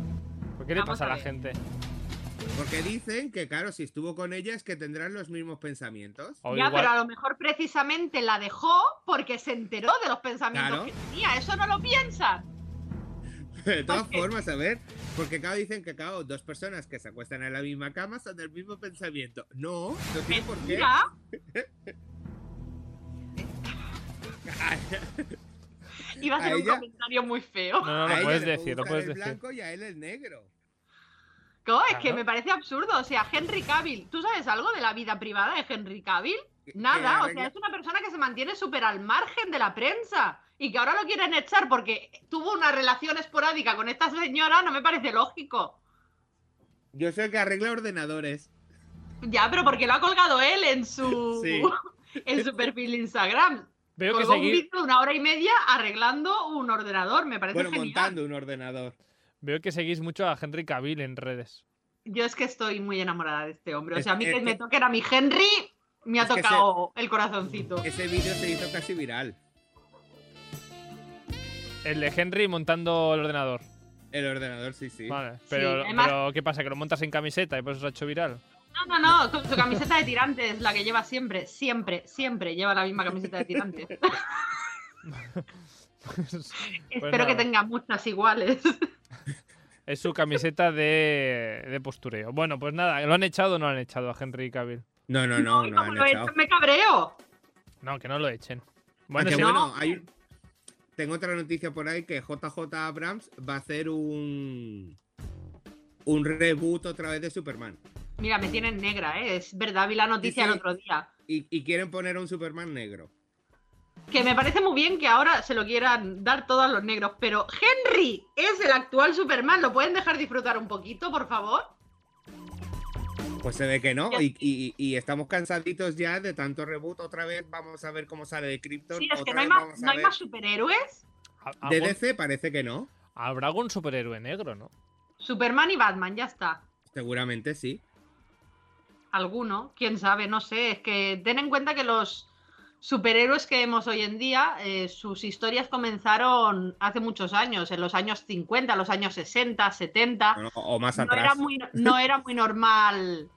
Speaker 2: ¿por qué le
Speaker 3: Vamos
Speaker 2: pasa a
Speaker 3: a
Speaker 2: la
Speaker 3: ver.
Speaker 2: gente?
Speaker 1: Porque dicen que, claro, si estuvo con ella es que tendrán los mismos pensamientos.
Speaker 2: O
Speaker 3: ya,
Speaker 2: igual-
Speaker 3: pero a lo mejor precisamente la dejó porque se enteró de los pensamientos
Speaker 1: Claro.
Speaker 3: que tenía. Eso no lo piensan.
Speaker 1: *laughs* De todas
Speaker 3: porque-
Speaker 1: formas, a ver. Porque, claro, dicen que, claro, dos personas que se acuestan en la misma cama son del mismo pensamiento. No, no tiene por qué.
Speaker 3: Mira,
Speaker 1: *laughs*
Speaker 3: iba a
Speaker 1: A
Speaker 3: hacer un
Speaker 1: ella-
Speaker 3: comentario muy feo.
Speaker 2: No, no,
Speaker 1: A
Speaker 2: lo
Speaker 1: ella
Speaker 2: puedes
Speaker 1: le puede
Speaker 2: decir, lo
Speaker 1: gustar
Speaker 2: puedes
Speaker 1: el
Speaker 2: decir.
Speaker 1: blanco y a él el negro.
Speaker 3: No, es que
Speaker 2: Claro.
Speaker 3: me parece absurdo. O sea, Henry Cavill, ¿tú sabes algo de la vida privada de Henry Cavill? Nada,
Speaker 1: Que
Speaker 3: o
Speaker 1: arregla-
Speaker 3: sea, es una persona que se mantiene súper al margen de la prensa y que ahora lo quieren echar porque tuvo una relación esporádica con esta señora, no me parece lógico.
Speaker 1: Yo soy el que arregla ordenadores.
Speaker 3: Ya, pero porque lo ha colgado él en su,
Speaker 1: *laughs* Sí.
Speaker 3: *laughs* en su perfil de
Speaker 1: *laughs*
Speaker 3: Instagram.
Speaker 2: Veo que
Speaker 3: Colgó un
Speaker 2: seguir,
Speaker 3: vídeo de una hora y media arreglando un ordenador, me parece
Speaker 1: Bueno,
Speaker 3: genial.
Speaker 1: montando un ordenador.
Speaker 2: veo que seguís mucho a Henry Cavill en redes.
Speaker 3: Yo es que estoy muy enamorada de este hombre. O
Speaker 1: Es-
Speaker 3: sea, a mí
Speaker 1: es
Speaker 3: que me
Speaker 1: que-
Speaker 3: toquen a mi Henry, me ha
Speaker 1: Es que se-
Speaker 3: tocado el corazoncito.
Speaker 1: Ese vídeo se hizo casi viral.
Speaker 2: El de Henry montando el ordenador.
Speaker 1: El ordenador, sí, sí.
Speaker 2: Vale, pero,
Speaker 3: además-
Speaker 2: pero ¿qué pasa? ¿Que lo montas en camiseta y por eso se ha hecho
Speaker 1: *laughs*
Speaker 2: viral? *laughs*
Speaker 3: No, no, no, con su camiseta de tirantes, la que lleva siempre, siempre, siempre lleva la misma camiseta de
Speaker 1: *laughs*
Speaker 3: tirantes. Espero que
Speaker 2: nada.
Speaker 3: tenga muchas iguales.
Speaker 2: es su camiseta de, de postureo. Bueno, pues nada, ¿lo han echado o no lo han echado a Henry Cavill?
Speaker 1: No, no, no,
Speaker 3: *laughs*
Speaker 1: no
Speaker 3: Como
Speaker 1: han
Speaker 3: lo he
Speaker 1: echado.
Speaker 3: hecho, me cabreo.
Speaker 2: No, que no lo echen. Bueno,
Speaker 1: Aunque
Speaker 2: sí,
Speaker 1: bueno,
Speaker 3: No.
Speaker 1: hay un- tengo otra noticia por ahí que JJ Abrams va a hacer un un reboot otra vez de Superman.
Speaker 3: Mira, me tienen negra, ¿eh? es verdad, vi la noticia
Speaker 1: Sí,
Speaker 3: el
Speaker 1: sí.
Speaker 3: otro día.
Speaker 1: Y, y quieren poner a un Superman negro.
Speaker 3: Que me parece muy bien que ahora se lo quieran dar todos los negros, pero Henry es el actual Superman, ¿lo pueden dejar disfrutar un poquito, por favor?
Speaker 1: Pues se ve que no, y, y- y estamos cansaditos ya de tanto reboot. Otra vez vamos a ver cómo sale de Krypton.
Speaker 3: Sí, es que
Speaker 1: otra
Speaker 3: no hay,
Speaker 1: vez
Speaker 3: más,
Speaker 1: vamos a
Speaker 3: no hay
Speaker 1: ver.
Speaker 3: más superhéroes.
Speaker 2: Al-
Speaker 1: De
Speaker 2: algún-
Speaker 1: DC parece que no,
Speaker 2: Habrá algún superhéroe negro, ¿no?
Speaker 3: Superman y Batman, ya está.
Speaker 1: seguramente sí.
Speaker 3: Alguno, quién sabe, no sé. Es que ten en cuenta que los superhéroes que vemos hoy en día, eh, sus historias comenzaron hace muchos años, en los años 50, los años 60, 70.
Speaker 1: O, o más
Speaker 3: no,
Speaker 1: atrás.
Speaker 3: era muy, no era muy normal,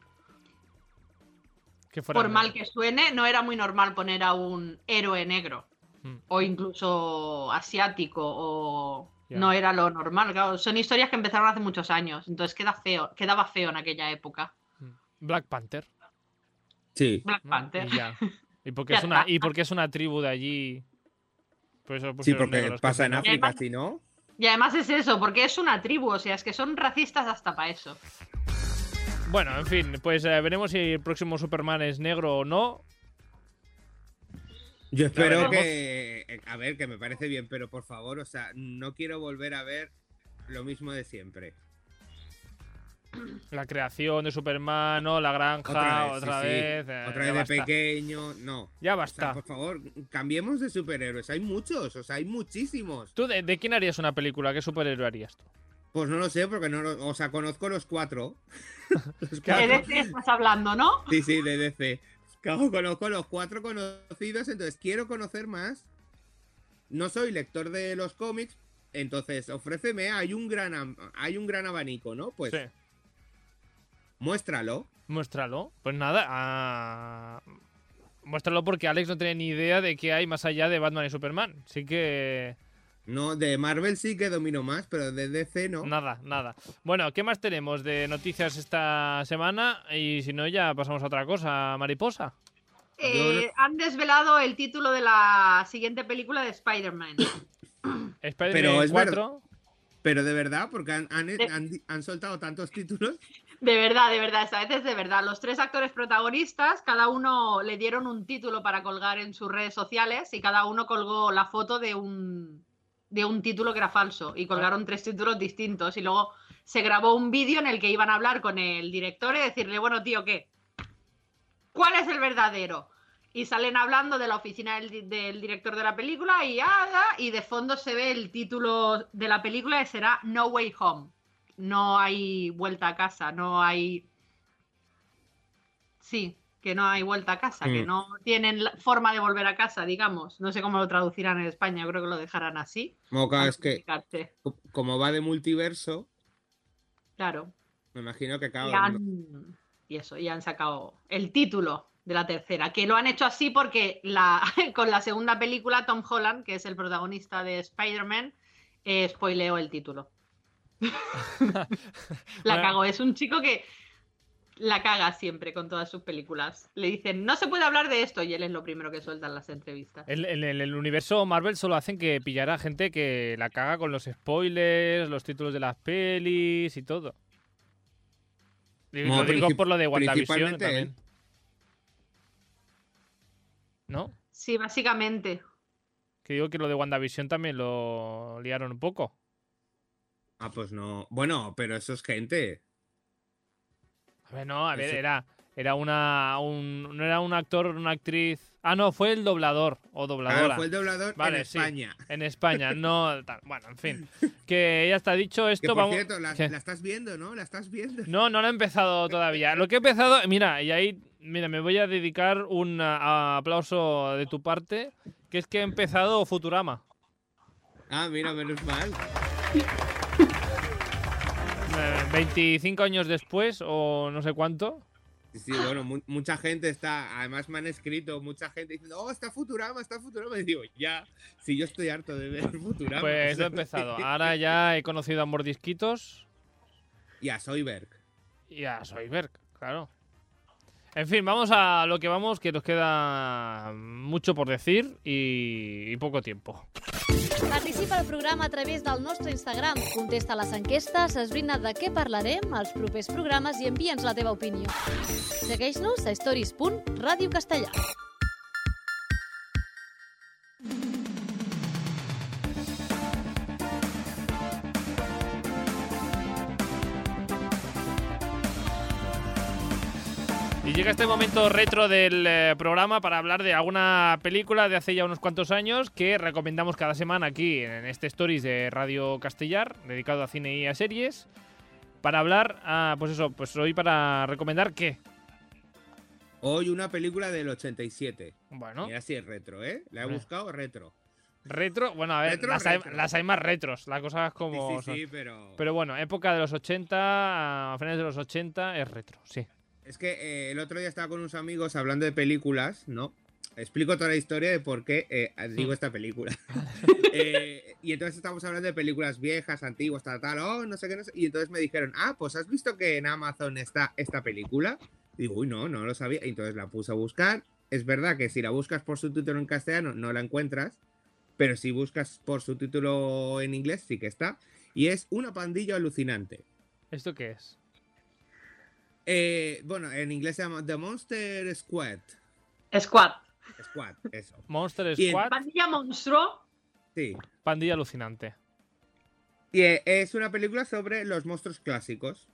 Speaker 2: Que fuera
Speaker 3: por mal
Speaker 2: negro.
Speaker 3: que suene, no era muy normal poner a un héroe negro
Speaker 2: Mm.
Speaker 3: o incluso asiático o
Speaker 2: Ya.
Speaker 3: no era lo normal. Claro, son historias que empezaron hace muchos años, entonces queda feo, quedaba feo en aquella época.
Speaker 2: Black Panther.
Speaker 1: Sí.
Speaker 3: Black
Speaker 2: ¿no?
Speaker 3: Panther.
Speaker 2: Y ya.
Speaker 3: *laughs*
Speaker 2: Y porque,
Speaker 3: Ya
Speaker 2: es una,
Speaker 3: está.
Speaker 2: y porque es una tribu de allí. Por eso
Speaker 1: Sí,
Speaker 2: pusieron
Speaker 1: porque
Speaker 2: Pues negros, que
Speaker 1: pasa en
Speaker 2: si no-
Speaker 1: África,
Speaker 3: además-
Speaker 1: si no.
Speaker 3: Y además es eso, porque es una tribu, o sea, es que son racistas hasta para eso.
Speaker 2: Bueno, en fin, pues eh, veremos si el próximo Superman es negro o no.
Speaker 1: Yo espero
Speaker 2: veremos.
Speaker 1: que. eh, A ver, que me parece bien, pero por favor, o sea, no quiero volver a ver lo mismo de siempre.
Speaker 2: La creación de Superman, ¿no? La granja, otra
Speaker 1: Otra vez,
Speaker 2: vez.
Speaker 1: sí, sí.
Speaker 2: eh,
Speaker 1: Otra
Speaker 2: ya
Speaker 1: vez
Speaker 2: basta.
Speaker 1: de pequeño, no. O sea,
Speaker 2: Ya basta.
Speaker 1: por favor, cambiemos de superhéroes. Hay muchos, o sea, hay muchísimos.
Speaker 2: ¿Tú de, de quién harías una película? ¿Qué superhéroe harías tú?
Speaker 1: Pues no lo sé, porque no lo. O sea, conozco los cuatro. *laughs* Los
Speaker 3: ¿Qué
Speaker 1: cuatro.
Speaker 3: estás hablando, no?
Speaker 1: Sí, sí, de DC. Claro, conozco los cuatro conocidos, entonces quiero conocer más. No soy lector de los cómics, entonces ofréceme, hay un gran, am- hay un gran abanico, ¿no? Pues
Speaker 2: Sí.
Speaker 1: muéstralo.
Speaker 2: Muéstralo. Pues nada, ah, muéstralo porque Alex no tiene ni idea de qué hay más allá de Batman y Superman. Así que
Speaker 1: No, de Marvel sí que domino más, pero de DC no.
Speaker 2: nada, nada. Bueno, ¿qué más tenemos de noticias esta semana? Y si no, ya pasamos a otra cosa, mariposa.
Speaker 3: Eh, han desvelado el título de la siguiente película de Spider-Man.
Speaker 1: Pero
Speaker 2: Spider-Man
Speaker 1: es verdad.
Speaker 2: 4.
Speaker 1: Pero de verdad, porque han, han- han- han soltado tantos títulos.
Speaker 3: De verdad, de verdad, esta vez es de verdad. Los tres actores protagonistas, cada uno le dieron un título para colgar en sus redes sociales y cada uno colgó la foto de un, de un título que era falso y colgaron tres títulos distintos y luego se grabó un vídeo en el que iban a hablar con el director y decirle, bueno, tío, ¿qué? ¿Cuál es el verdadero? Y salen hablando de la oficina del, di- del director de la película y, ah, ah, y de fondo se ve el título de la película que será No Way Home no hay vuelta a casa, no hay. Sí, que no hay vuelta a casa, que
Speaker 1: Mm.
Speaker 3: no tienen la- forma de volver a casa, digamos. No sé cómo lo traducirán en España, creo que lo dejarán así.
Speaker 1: Moca,
Speaker 3: para
Speaker 1: es que
Speaker 3: explicarte,
Speaker 1: co- como va de multiverso,
Speaker 3: Claro.
Speaker 1: me imagino que
Speaker 3: Y,
Speaker 1: acaba.
Speaker 3: han- y eso, y han sacado el título de la tercera, que lo han hecho así porque la, *laughs* con la segunda película, Tom Holland, que es el protagonista de Spider-Man, eh, spoileó el título. la
Speaker 2: Bueno.
Speaker 3: cago, es un chico que la caga siempre con todas sus películas. Le dicen, no se puede hablar de esto, y él es lo primero que suelta en las entrevistas.
Speaker 2: En en- en el, universo Marvel solo hacen que pillar a gente que la caga con los spoilers, los títulos de las pelis y todo. Y
Speaker 1: No,
Speaker 2: lo digo
Speaker 1: princip-
Speaker 2: por lo de WandaVision
Speaker 1: principalmente
Speaker 2: también.
Speaker 1: él.
Speaker 2: ¿No?
Speaker 3: Sí, básicamente.
Speaker 2: Que digo que lo de WandaVision también lo liaron un poco.
Speaker 1: Ah, pues no. Bueno, pero eso es gente.
Speaker 2: A ver, no, a ver,
Speaker 1: Eso-
Speaker 2: era, era una. un- no era un actor, una actriz. Ah, no, fue el doblador o dobladora.
Speaker 1: Claro, Ah, fue el doblador
Speaker 2: Vale,
Speaker 1: en
Speaker 2: sí.
Speaker 1: España.
Speaker 2: En España, no. tal. Bueno, en fin. Que ya está dicho esto,
Speaker 1: *laughs* Que por
Speaker 2: vamos.
Speaker 1: cierto, la,
Speaker 2: ¿Qué?
Speaker 1: la estás viendo, ¿no? La estás viendo.
Speaker 2: No, no lo he empezado todavía. Lo que he empezado, mira, y ahí, mira, me voy a dedicar un ah, aplauso de tu parte, que es que he empezado Futurama.
Speaker 1: Ah, mira, menos mal.
Speaker 2: Eh, 25 años después, o no sé cuánto.
Speaker 1: Sí, sí, bueno, mu- mucha gente está. Además, me han escrito mucha gente diciendo, oh, está Futurama, está Futurama. Y digo, ya, si yo estoy harto de ver Futurama. *laughs*
Speaker 2: Pues lo he empezado. Ahora ya he conocido a Mordisquitos
Speaker 1: Y a Soyberg.
Speaker 2: y a Soyberg, claro. En fin, vamos a lo que vamos, que nos queda mucho por decir y- y poco tiempo.
Speaker 4: Participa al programa a través del nostre Instagram, contesta les enquestes, esbrina de què parlarem als propers programes i envia'ns la teva opinió. Segueix-nos a stories.radiocastellà.
Speaker 2: Y llega este momento retro del eh, programa para hablar de alguna película de hace ya unos cuantos años que recomendamos cada semana aquí en este Stories de Radio Castellar, dedicado a cine y a series. Para hablar, ah, pues eso, pues hoy para recomendar qué.
Speaker 1: Hoy una película del 87.
Speaker 2: Bueno,
Speaker 1: Mira si es retro, ¿eh? La he
Speaker 2: Vale.
Speaker 1: buscado retro.
Speaker 2: retro, bueno, a ver,
Speaker 1: Retro,
Speaker 2: las, hay,
Speaker 1: retro.
Speaker 2: las hay más retros, las cosas
Speaker 1: Sí,
Speaker 2: como.
Speaker 1: sí,
Speaker 2: son.
Speaker 1: sí, pero...
Speaker 2: Pero bueno, época de los 80, a finales de los 80 es retro, sí.
Speaker 1: Es que eh, el otro día estaba con unos amigos hablando de películas, ¿no? Explico toda la historia de por qué eh, digo esta película. *laughs* Eh, y entonces estábamos hablando de películas viejas, antiguas, tal, tal, oh, no sé qué, no sé. Y entonces me dijeron, ah, pues has visto que en Amazon está esta película. Y digo, uy, no, no lo sabía. Y entonces la puse a buscar. Es verdad que si la buscas por su título en castellano no la encuentras, pero si buscas por su título en inglés sí que está. Y es Una pandilla alucinante.
Speaker 2: ¿Esto qué es?
Speaker 1: Eh, bueno, en inglés se llama The Monster Squad.
Speaker 3: Squad.
Speaker 1: Squad, eso.
Speaker 2: Monster
Speaker 1: Y en-
Speaker 2: Squad,
Speaker 3: Pandilla monstruo.
Speaker 1: Sí.
Speaker 2: pandilla alucinante.
Speaker 1: Y eh, es una película sobre los monstruos clásicos.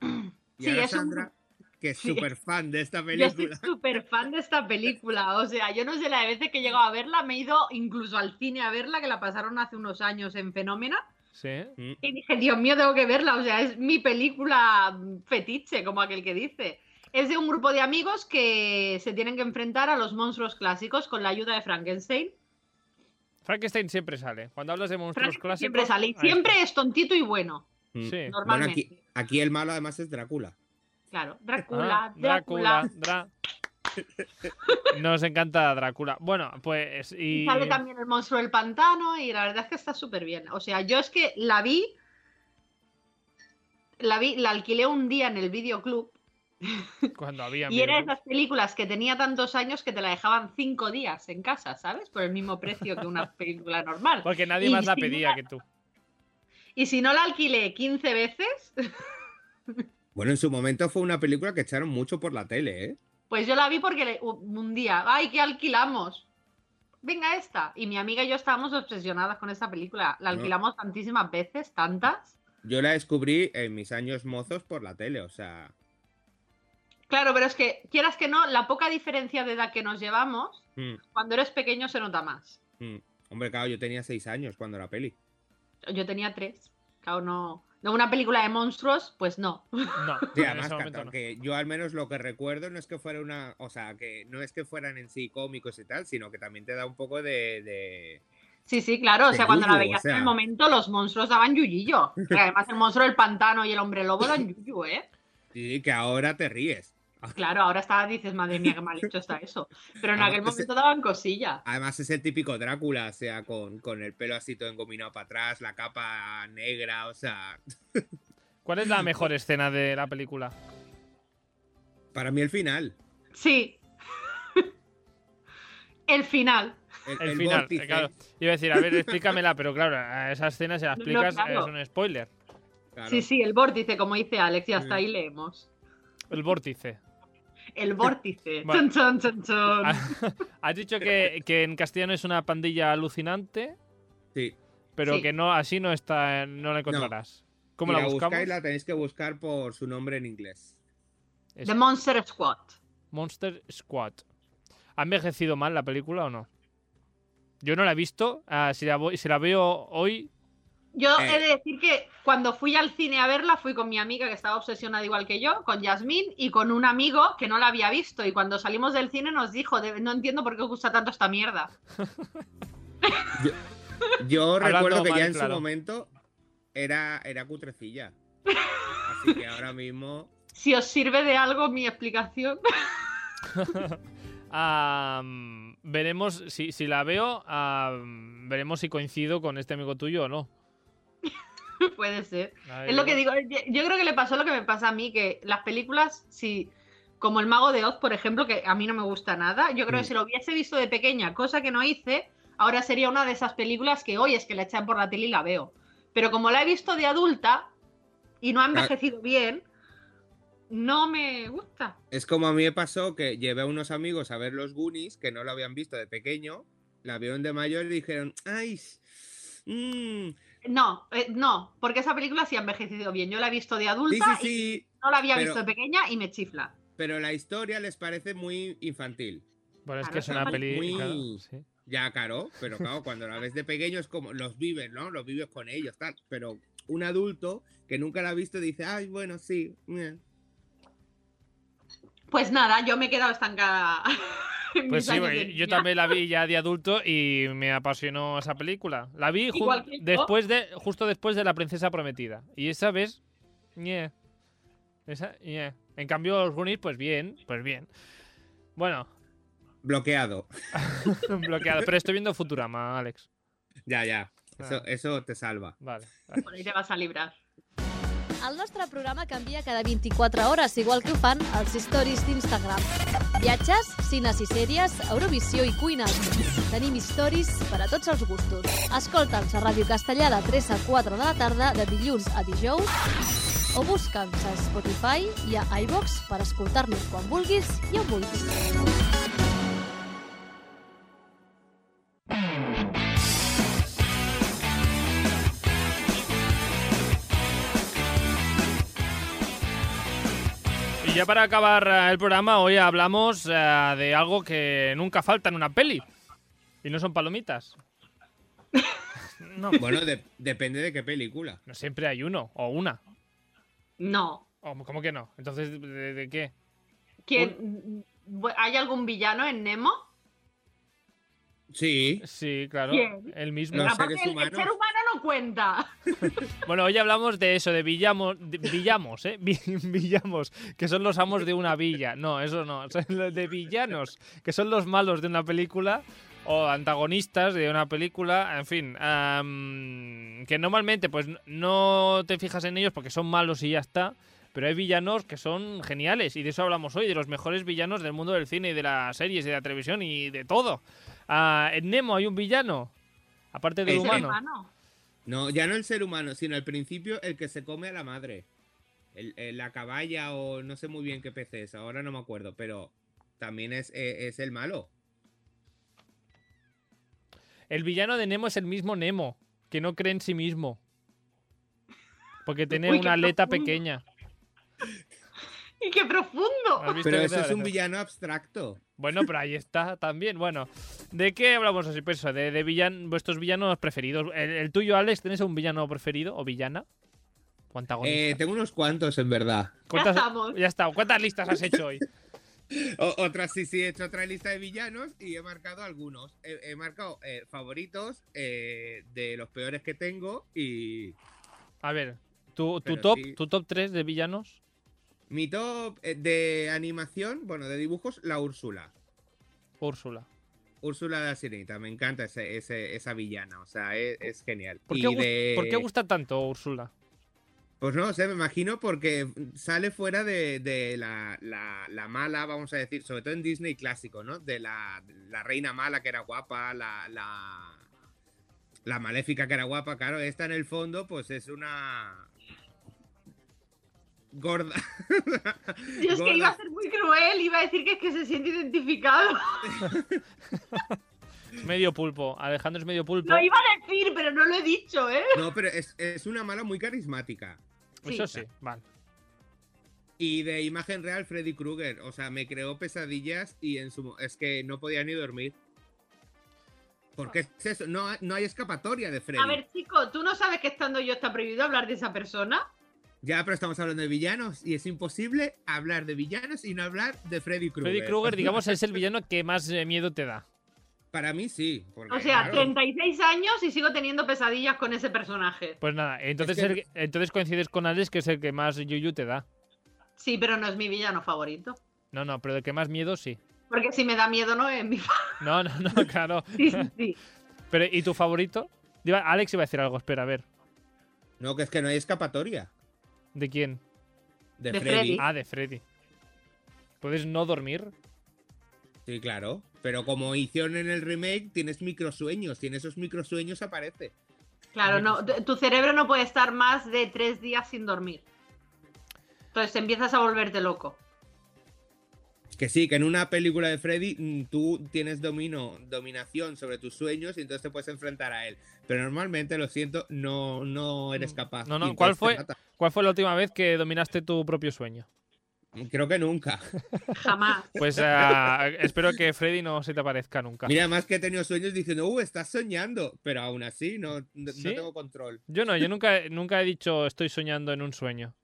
Speaker 1: Y
Speaker 3: Sí,
Speaker 1: ahora
Speaker 3: es un-
Speaker 1: Sandra, que es
Speaker 3: Sí.
Speaker 1: súper fan de esta
Speaker 3: Yo soy
Speaker 1: película.
Speaker 3: súper fan de esta película. O sea, yo no sé la de veces que he llegado a verla. Me he ido incluso al cine a verla, que la pasaron hace unos años en Fenómena.
Speaker 2: Sí.
Speaker 1: Mm.
Speaker 3: Y dije, Dios mío, tengo que verla. O sea, es mi película fetiche, como aquel que dice. Es de un grupo de amigos que se tienen que enfrentar a los monstruos clásicos con la ayuda de Frankenstein.
Speaker 2: Frankenstein siempre sale. Cuando hablas de monstruos
Speaker 3: Frankenstein
Speaker 2: clásicos.
Speaker 3: siempre sale. y
Speaker 2: ahí está.
Speaker 3: Siempre es tontito y bueno.
Speaker 1: Mm.
Speaker 2: Sí.
Speaker 3: No.
Speaker 1: Bueno,
Speaker 3: Normalmente.
Speaker 1: aquí, aquí el malo además es Drácula.
Speaker 3: Claro.
Speaker 2: Ah,
Speaker 3: Drácula, Drácula.
Speaker 2: Drácula,
Speaker 3: *laughs*
Speaker 2: Dra- Nos encanta Drácula. Bueno, pues. Y...
Speaker 3: Y sale también el monstruo del pantano y la verdad es que está súper bien. O sea, yo es que la vi, la vi, la alquilé un día en el videoclub
Speaker 2: Cuando había.
Speaker 3: y era de
Speaker 2: videoclub.
Speaker 3: esas películas que tenía tantos años que te la dejaban cinco días en casa, ¿sabes? Por el mismo precio que una película normal.
Speaker 2: Porque nadie
Speaker 3: y
Speaker 2: más la
Speaker 3: si
Speaker 2: pedía que tú.
Speaker 3: Y si no la alquilé 15 veces,
Speaker 1: Bueno, en su momento fue una película que echaron mucho por la tele, ¿eh?
Speaker 3: pues yo la vi porque le- u- un día, ay, que alquilamos. Venga esta. Y mi amiga y yo estábamos obsesionadas con esta película. La
Speaker 1: No.
Speaker 3: alquilamos tantísimas veces, tantas.
Speaker 1: Yo la descubrí en mis años mozos por la tele, o sea.
Speaker 3: Claro, pero es que, quieras que no, la poca diferencia de edad que nos llevamos,
Speaker 1: mm,
Speaker 3: cuando eres pequeño se nota más.
Speaker 1: mm. Hombre, claro, yo tenía seis años cuando la peli.
Speaker 3: Yo tenía tres. Claro, no. No, una película de monstruos, pues no.
Speaker 2: No,
Speaker 1: *laughs* Sí,
Speaker 2: en
Speaker 1: además,
Speaker 2: ese momento
Speaker 1: Cata,
Speaker 2: no.
Speaker 1: que yo al menos lo que recuerdo no es que fuera una. O sea, que no es que fueran en sí cómicos y tal, sino que también te da un poco de. de-
Speaker 3: Sí, sí, claro. O sea,
Speaker 1: Te
Speaker 3: cuando la
Speaker 1: digo, o
Speaker 3: veías en
Speaker 1: sea.
Speaker 3: el momento, los monstruos daban yuyillo. Que además, el monstruo del pantano y el hombre lobo dan yuyu, ¿eh?
Speaker 1: Sí, que ahora te ríes.
Speaker 3: Claro, ahora está, dices, madre mía, qué mal hecho está eso. Pero en
Speaker 1: Ah,
Speaker 3: aquel
Speaker 1: ese-
Speaker 3: momento daban cosilla.
Speaker 1: Además, es el típico Drácula, o sea, con, con el pelo así todo engominado para atrás, la capa negra, o sea.
Speaker 2: ¿Cuál es la mejor escena de la película?
Speaker 1: Para mí, el final.
Speaker 3: Sí. el final.
Speaker 1: El,
Speaker 2: El,
Speaker 1: el
Speaker 2: final,
Speaker 1: vórtice.
Speaker 2: claro. Iba a decir, a ver, explícamela, pero claro, a esa escena se la
Speaker 3: No, no,
Speaker 2: explicas,
Speaker 3: claro.
Speaker 2: es un spoiler.
Speaker 1: claro. Hmm.
Speaker 3: Sí, sí, el vórtice, como dice Alex, y hasta
Speaker 1: Sí.
Speaker 3: ahí leemos.
Speaker 2: El vórtice.
Speaker 3: El vórtice.
Speaker 2: Vale.
Speaker 3: Chon, chon, chon, chon.
Speaker 2: *laughs* Has dicho que, que en castellano es una pandilla alucinante,
Speaker 1: Sí.
Speaker 2: pero
Speaker 3: Sí.
Speaker 2: que no así no está, no la encontrarás. ¿Cómo
Speaker 1: Y
Speaker 2: la
Speaker 1: la
Speaker 2: buscamos?
Speaker 1: buscáis, la tenéis que buscar por su nombre
Speaker 3: *laughs*
Speaker 1: en inglés.
Speaker 2: Es-
Speaker 3: The Monster Squad.
Speaker 2: Monster Squad. ¿Ha envejecido mal la película o no? Yo no la he visto. ah, si, la voy- si la veo hoy,
Speaker 3: Yo
Speaker 1: Eh.
Speaker 3: he de decir que cuando fui al cine a verla, fui con mi amiga que estaba obsesionada igual que yo, con Yasmín, y con un amigo que no la había visto. Y cuando salimos del cine nos dijo, "De- no entiendo por qué os gusta tanto esta mierda.
Speaker 1: Yo
Speaker 2: Hablando
Speaker 1: recuerdo que
Speaker 2: mal,
Speaker 1: ya en
Speaker 2: claro.
Speaker 1: su momento era, era cutrecilla. Así que ahora mismo.
Speaker 3: Si os sirve de algo mi explicación. *laughs*
Speaker 2: am, veremos. Si, si la veo, am, veremos si coincido con este amigo tuyo o no.
Speaker 3: Puede ser.
Speaker 2: A ver,
Speaker 3: Es lo que digo, yo yo creo que le pasó lo que me pasa a mí, que las películas, si, como El Mago de Oz, por ejemplo, que a mí no me gusta nada, yo creo
Speaker 1: Mm.
Speaker 3: que si lo hubiese visto de pequeña, cosa que no hice, ahora sería una de esas películas que hoy es que la echan por la tele y la veo. Pero como la he visto de adulta y no ha envejecido bien, no me gusta.
Speaker 1: Es como a mí me pasó que llevé a unos amigos a ver los Goonies que no lo habían visto de pequeño, la vieron de mayor y dijeron, ¡ay! mm,
Speaker 3: No, eh, no, porque esa película sí ha envejecido bien. Yo la he visto de
Speaker 1: sí,
Speaker 3: adulta
Speaker 1: sí, sí.
Speaker 3: y no la había
Speaker 1: pero-
Speaker 3: visto de pequeña y me chifla.
Speaker 1: pero la historia les parece muy infantil.
Speaker 2: Bueno, es
Speaker 1: Ah,
Speaker 3: Claro,
Speaker 2: que es
Speaker 3: es
Speaker 2: una
Speaker 3: una
Speaker 2: peli.
Speaker 1: peli-
Speaker 2: claro,
Speaker 1: Muy-
Speaker 2: sí.
Speaker 1: Ya, claro, pero claro, cuando la ves de pequeño es como los vives, ¿no? Los vives con ellos, tal. Pero un adulto que nunca la ha visto dice, ay, bueno, sí. eh".
Speaker 3: Pues nada, yo me he quedado estancada. *laughs* en
Speaker 2: Pues
Speaker 3: mis
Speaker 2: sí,
Speaker 3: años
Speaker 2: porque
Speaker 3: de
Speaker 2: yo
Speaker 3: niña.
Speaker 2: también
Speaker 3: *laughs*
Speaker 2: la vi ya de adulto y me apasionó esa película. La vi ju-
Speaker 3: Igual que yo.
Speaker 2: después de, justo después de La Princesa Prometida. Y esa vez, ñe. Esa, ñe. En cambio, los Goonies, pues bien, pues bien. Bueno, *laughs*
Speaker 1: Bloqueado. *laughs*
Speaker 2: bloqueado. Pero estoy viendo Futurama, Alex.
Speaker 1: Ya, ya.
Speaker 2: Ah.
Speaker 1: Eso, eh. eso te salva.
Speaker 2: *laughs* Vale.
Speaker 3: Por ahí te vas a librar.
Speaker 4: El nostre programa canvia cada 24 hores, igual que ho fan els stories d'Instagram. Viatges, cines i sèries, Eurovisió i cuina. Tenim stories per a tots els gustos. Escolta'ns a Ràdio Castellà de 3 a 4 de la tarda, de dilluns a dijous, o busca'ns a Spotify i a iVox per escoltar-nos quan vulguis i on vulguis.
Speaker 2: Y ya para acabar eh, el programa, hoy hablamos eh, de algo que nunca falta en una peli. Y no son
Speaker 3: *laughs*
Speaker 2: palomitas. No,
Speaker 1: Bueno, de- depende de qué película.
Speaker 2: no siempre hay uno o una.
Speaker 3: No.
Speaker 2: O, Oh, ¿Cómo que no? Entonces, ¿de, de- de qué?
Speaker 3: ¿Quién- bu- ¿Hay algún villano en Nemo?
Speaker 1: Sí.
Speaker 2: Sí, claro.
Speaker 3: ¿Quién?
Speaker 2: El mismo.
Speaker 1: Los No.
Speaker 3: Aparte,
Speaker 1: seres
Speaker 3: el, el
Speaker 1: humanos.
Speaker 3: ser humano no cuenta.
Speaker 2: Bueno, hoy hablamos de eso, de villamos, de villamos, ¿eh? Vi- Villamos, que son los amos de una villa. No, eso no. Son los de villanos, que son los malos de una película o antagonistas de una película. En fin, am, que normalmente pues no te fijas en ellos porque son malos y ya está. Pero hay villanos que son geniales y de eso hablamos hoy, de los mejores villanos del mundo del cine y de las series y de la televisión y de todo. Ah, en Nemo hay un villano, aparte del
Speaker 1: El
Speaker 3: El ser
Speaker 2: humano.
Speaker 3: humano.
Speaker 1: No, ya no el ser humano, sino al principio el que se come a la madre. El- el- la caballa o no sé muy bien qué pez es, ahora no me acuerdo, pero también es, eh, es el malo.
Speaker 2: El villano de Nemo es el mismo Nemo, que no cree en sí mismo. Porque tiene
Speaker 3: Uy, qué
Speaker 2: una aleta
Speaker 3: profundo.
Speaker 2: pequeña.
Speaker 3: Y qué profundo.
Speaker 2: ¿Has visto
Speaker 1: Pero
Speaker 2: qué
Speaker 1: eso
Speaker 2: te
Speaker 1: es un
Speaker 2: parece?
Speaker 1: villano abstracto.
Speaker 2: Bueno, pero ahí está también. Bueno, ¿de qué hablamos así? Pues eso, de, de villan- vuestros villanos preferidos. El, el tuyo, Alex, ¿tienes un villano preferido o villana? ¿O
Speaker 1: Eh,
Speaker 2: antagonista?
Speaker 1: tengo unos cuantos, en verdad.
Speaker 2: ¿Cuántas,
Speaker 3: Ya estamos.
Speaker 2: ya está. ¿Cuántas listas has hecho hoy?
Speaker 1: O- otras sí, sí, he hecho otra lista de villanos y he marcado algunos. He, he marcado eh, favoritos eh, de los peores que tengo y
Speaker 2: A ver, tu, tu
Speaker 1: Pero
Speaker 2: top,
Speaker 1: sí.
Speaker 2: tu top 3 de villanos.
Speaker 1: mi top eh, de animación, bueno, de dibujos, la Úrsula.
Speaker 2: Úrsula.
Speaker 1: Úrsula de la Sirenita, me encanta ese- ese- esa villana, o sea, es, es genial.
Speaker 2: ¿Por
Speaker 1: Y
Speaker 2: qué, gust-
Speaker 1: de-
Speaker 2: ¿Por qué gusta tanto Úrsula?
Speaker 1: Pues no, sé, me imagino porque sale fuera de, de la, la- la mala, vamos a decir, sobre todo en Disney clásico, ¿no? De la, la reina mala que era guapa, la, la, la maléfica que era guapa, claro, esta en el fondo pues es una... Gorda. *laughs*
Speaker 3: Yo es que iba a ser muy cruel, iba a decir que es que se siente identificado.
Speaker 2: Es medio pulpo. Alejandro es medio pulpo.
Speaker 3: Lo iba a decir, pero no lo he dicho, ¿eh?
Speaker 1: No, pero es, es una mala muy carismática.
Speaker 3: Sí.
Speaker 2: Eso sí, vale.
Speaker 1: Y de imagen real, Freddy Krueger. O sea, me creó pesadillas y en su mo- es que no podía ni dormir. Porque es eso, no, hay- no hay escapatoria de Freddy.
Speaker 3: A ver, chico, ¿tú no sabes que estando yo está prohibido hablar de esa persona?
Speaker 1: Ya, pero estamos hablando de villanos y es imposible hablar de villanos y no hablar de Freddy Krueger. *laughs*
Speaker 2: Freddy Krueger, digamos, es el villano que más eh, miedo te da.
Speaker 1: Para mí sí. porque,
Speaker 3: O sea,
Speaker 1: claro,
Speaker 3: 36 años y sigo teniendo pesadillas con ese personaje.
Speaker 2: Pues nada, entonces,
Speaker 1: Es que-
Speaker 2: el- entonces coincides con Alex, que es el que más yuyu te da.
Speaker 3: Sí, pero no es mi villano favorito.
Speaker 2: No, no, pero el que más miedo sí.
Speaker 3: Porque si me da miedo no es mi *laughs* favorito.
Speaker 2: No, no, *laughs* no, claro.
Speaker 3: Sí, sí.
Speaker 2: Pero, ¿y tu favorito? Diba- Alex iba a decir algo, espera, a ver.
Speaker 1: No, que es que no hay escapatoria
Speaker 2: ¿De quién?
Speaker 1: de,
Speaker 3: De
Speaker 1: Freddy.
Speaker 3: Freddy.
Speaker 2: Ah, de Freddy. ¿Puedes no dormir?
Speaker 1: Sí, claro. Pero como hicieron en el remake, tienes microsueños y en esos microsueños aparece.
Speaker 3: Claro, no, t- tu cerebro no puede estar más de tres días sin dormir. Entonces empiezas a volverte loco.
Speaker 1: Que sí, que en una película de Freddy mm, tú tienes domino, dominación sobre tus sueños y entonces te puedes enfrentar a él. Pero normalmente, lo siento, no, no eres capaz.
Speaker 2: Mm, No, no,
Speaker 1: Y entonces
Speaker 2: ¿cuál
Speaker 1: te
Speaker 2: fue?
Speaker 1: mata.
Speaker 2: ¿Cuál fue la última vez que dominaste tu propio sueño?
Speaker 1: Mm, Creo que
Speaker 2: *laughs*
Speaker 1: nunca.
Speaker 3: Jamás.
Speaker 1: *laughs*
Speaker 2: Pues ah, espero que Freddy no se te aparezca nunca.
Speaker 1: Mira, más que he tenido sueños diciendo, uh, estás soñando, pero aún así no, no- no
Speaker 2: ¿Sí?
Speaker 1: tengo control.
Speaker 2: Yo no, yo nunca, nunca he dicho estoy soñando en un sueño.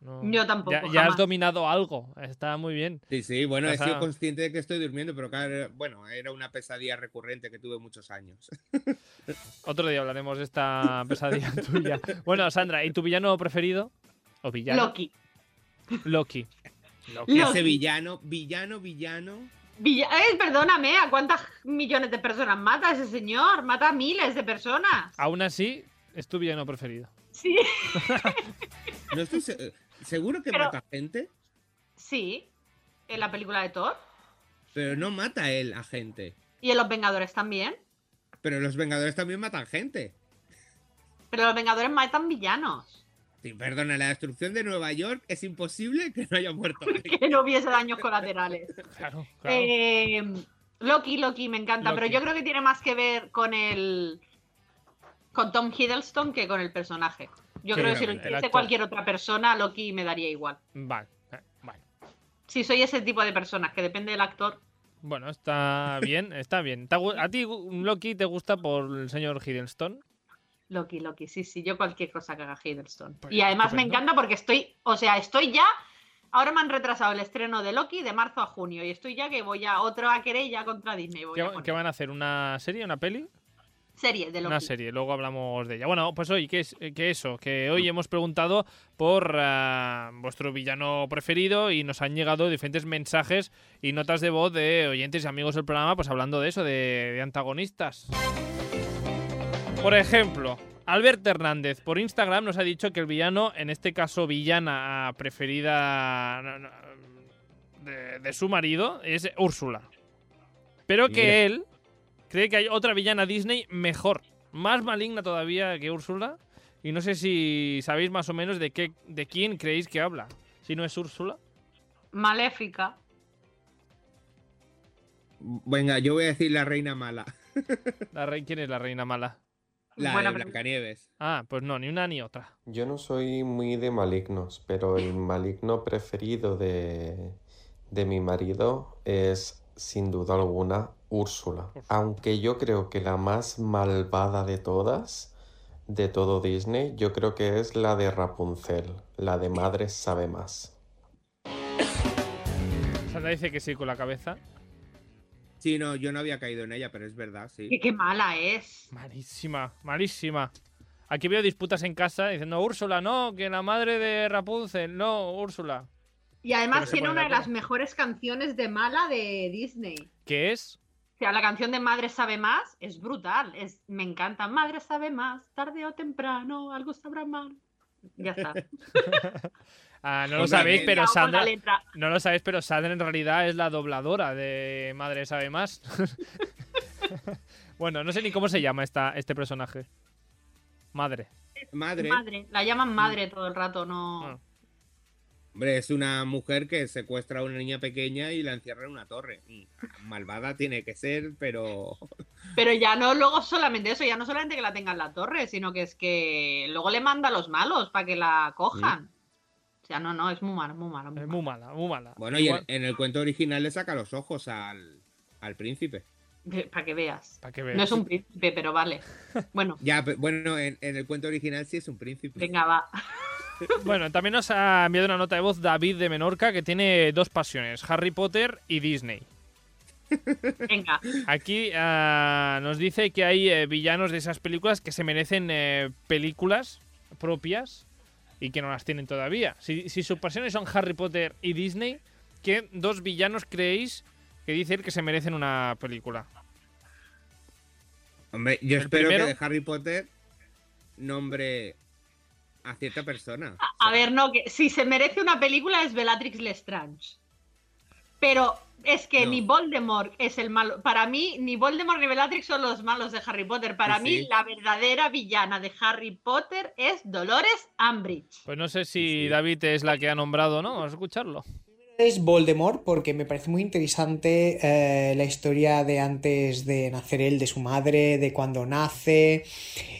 Speaker 2: No.
Speaker 3: Yo tampoco.
Speaker 2: Ya, ya has
Speaker 3: jamás.
Speaker 2: dominado algo, está muy bien.
Speaker 1: Sí, sí, bueno, he
Speaker 2: Ajá.
Speaker 1: sido consciente de que estoy durmiendo, pero claro, bueno, era una pesadilla recurrente que tuve muchos años.
Speaker 2: Otro día hablaremos de esta pesadilla *laughs* tuya. Bueno, Sandra, ¿y tu villano preferido? ¿O villano?
Speaker 3: Loki.
Speaker 2: Loki.
Speaker 1: Y
Speaker 3: Loki.
Speaker 1: ese villano, villano, villano.
Speaker 3: Villa- eh, perdóname, ¿a cuántas millones de personas mata ese señor? Mata a miles de personas.
Speaker 2: Aún así, es tu villano preferido.
Speaker 3: Sí,
Speaker 1: No estoy se- seguro que
Speaker 3: Pero-
Speaker 1: mata gente,
Speaker 3: sí. En la película de Thor.
Speaker 1: pero no mata él a gente.
Speaker 3: Y en Los Vengadores también.
Speaker 1: Pero los Vengadores también matan gente.
Speaker 3: Pero Los Vengadores matan villanos. *laughs*
Speaker 1: Sí, perdona, la destrucción de Nueva York es imposible que no haya muerto. nadie.
Speaker 3: Que no hubiese daños colaterales.
Speaker 2: Claro, claro.
Speaker 3: Eh, Loki, Loki, me encanta,
Speaker 2: Loki.
Speaker 3: pero yo creo que tiene más que ver con el. con Tom Hiddleston que con el personaje. Yo
Speaker 2: Sí,
Speaker 3: creo que si
Speaker 2: el-
Speaker 3: lo
Speaker 2: el
Speaker 3: hiciese
Speaker 2: actor.
Speaker 3: cualquier otra persona, Loki me daría igual.
Speaker 2: Vale, eh, vale.
Speaker 3: Si soy ese tipo de personas, que depende del actor.
Speaker 2: Bueno, está bien, está bien. ¿Te ha gu- ¿A ti gu- Loki te gusta por el señor Hiddleston?
Speaker 3: Loki, Loki, sí, sí, yo cualquier cosa que haga Hiddleston.
Speaker 2: Pues
Speaker 3: y además me
Speaker 2: estupendo.
Speaker 3: encanta porque estoy, o sea, estoy ya. Ahora me han retrasado el estreno de Loki de marzo a junio y estoy ya que voy a otra querella contra Disney. Voy
Speaker 2: ¿Qué,
Speaker 3: a
Speaker 2: va-
Speaker 3: poner.
Speaker 2: qué van a hacer? ¿Una serie? ¿Una peli?
Speaker 3: Serie de Loki.
Speaker 2: Una serie, luego hablamos de ella. Bueno, pues hoy, ¿qué es eh, que eso? Que hoy hemos preguntado por ah, vuestro villano preferido y nos han llegado diferentes mensajes y notas de voz de oyentes y amigos del programa, pues hablando de eso, de, de antagonistas. Por ejemplo, Albert Hernández por Instagram nos ha dicho que el villano, en este caso villana ah, preferida no, no, de, de su marido, es Úrsula. Pero que
Speaker 1: Mira.
Speaker 2: él cree que hay otra villana Disney mejor, más maligna todavía que Úrsula. Y no sé si sabéis más o menos de qué, de quién creéis que habla. Si no es Úrsula.
Speaker 3: Maléfica.
Speaker 1: Venga, yo voy a decir la reina mala,
Speaker 2: La rei- ¿Quién es la reina mala?
Speaker 1: la
Speaker 3: Buena
Speaker 1: de
Speaker 3: pregunta.
Speaker 1: Blancanieves.
Speaker 2: Ah, pues no, ni una ni otra.
Speaker 5: Yo no soy muy de malignos, pero el maligno preferido de, de mi marido es, sin duda alguna, Úrsula. Aunque yo creo que la más malvada de todas, de todo Disney, yo creo que es la de Rapunzel, la de Madre Sabe Más.
Speaker 2: Sandra dice que sí con la cabeza.
Speaker 1: Sí, no, yo no había caído en ella, pero es verdad, sí.
Speaker 3: Que qué mala es.
Speaker 2: Malísima, malísima. Aquí veo disputas en casa diciendo Úrsula, no, que la madre de Rapunzel, no, Úrsula.
Speaker 3: Y
Speaker 2: Pero
Speaker 3: además
Speaker 2: se
Speaker 3: tiene
Speaker 2: pone
Speaker 3: una de
Speaker 2: la pena.
Speaker 3: las mejores canciones de mala de Disney.
Speaker 2: ¿Qué es?
Speaker 3: O sea, la canción de Madre sabe más es brutal. Es, me encanta. Madre sabe más, tarde o temprano, algo sabrá mal. Ya
Speaker 2: *laughs*
Speaker 3: está.
Speaker 2: Ah, no
Speaker 1: Hombre,
Speaker 2: lo
Speaker 1: eh,
Speaker 2: sabéis,
Speaker 1: bien.
Speaker 2: pero
Speaker 3: Cuidado con la
Speaker 2: Sandra.
Speaker 3: letra.
Speaker 2: No lo sabéis, pero Sandra en realidad es la dobladora de Madre Sabe Más. *laughs* bueno, no sé ni cómo se llama esta, este personaje. Madre. Mm.
Speaker 1: Madre,
Speaker 3: Madre. La llaman madre todo el rato, no.
Speaker 2: Ah.
Speaker 1: hombre, es una mujer que secuestra a una niña pequeña y la encierra en una torre. Y, ah, Malvada tiene que ser, pero
Speaker 3: Pero ya no luego solamente eso, ya no solamente que la tenga en la torre, sino que es que luego le manda a los malos para que la cojan. O sea, no, no, es muy malo, muy malo. muy
Speaker 2: Es
Speaker 3: malo.
Speaker 2: eh, muy mala, muy mala.
Speaker 1: bueno,
Speaker 2: Igual-
Speaker 1: y en, en el cuento original le saca los ojos al, al príncipe.
Speaker 3: Para que veas.
Speaker 2: Pa' que veas.
Speaker 3: No es un príncipe, pero
Speaker 2: *laughs*
Speaker 3: vale. Bueno,
Speaker 1: Ya, pe- bueno, en, en el cuento original sí es un príncipe.
Speaker 3: venga, va.
Speaker 2: Bueno, también nos ha enviado una nota de voz David de Menorca que tiene dos pasiones, Harry Potter y Disney.
Speaker 3: Venga,
Speaker 2: Aquí ah, nos dice que hay eh, villanos de esas películas que se merecen eh, películas propias y que no las tienen todavía. Si, si sus pasiones son Harry Potter y Disney, ¿qué dos villanos creéis que dicen que se merecen una película?
Speaker 1: Hombre, yo
Speaker 2: ¿El
Speaker 1: espero
Speaker 2: primero?
Speaker 1: que de Harry Potter nombre a cierta persona.
Speaker 3: a ver, no, que si se merece una película es Bellatrix Lestrange. Pero es que
Speaker 1: No.
Speaker 3: ni Voldemort es el malo. Para mí, ni Voldemort ni Bellatrix son los malos de Harry Potter. Para
Speaker 1: Sí,
Speaker 3: mí,
Speaker 1: sí.
Speaker 3: la verdadera villana de Harry Potter es Dolores Umbridge.
Speaker 2: Pues no sé si
Speaker 1: Sí, sí.
Speaker 2: David es la que ha nombrado, ¿no? Vamos a escucharlo.
Speaker 6: es Voldemort porque me parece muy interesante eh, la historia de antes de nacer él, de su madre, de cuando nace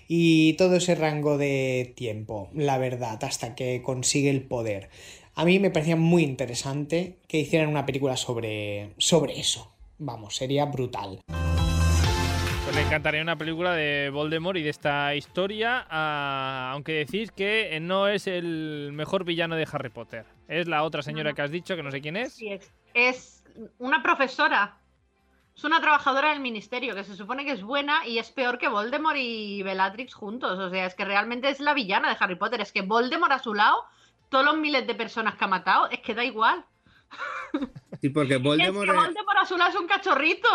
Speaker 6: y todo ese rango de tiempo, la verdad, hasta que consigue el poder. A mí me parecía muy interesante que hicieran una película sobre, sobre eso. Vamos, sería brutal.
Speaker 2: Pues le encantaría una película de Voldemort y de esta historia, ah, aunque decís que no es el mejor villano de Harry Potter. Es la otra señora
Speaker 3: No.
Speaker 2: que has dicho, que no sé quién es.
Speaker 1: Pues
Speaker 3: Sí, es, es una profesora. Es una trabajadora del ministerio que se supone que es buena y es peor que Voldemort y Bellatrix juntos. O sea, es que realmente es la villana de Harry Potter. Es que Voldemort a su lado, todos los miles de personas que ha matado, es que da igual.
Speaker 1: Sí, porque Voldemort,
Speaker 3: es que
Speaker 1: en-
Speaker 3: Voldemort a su lado es un cachorrito.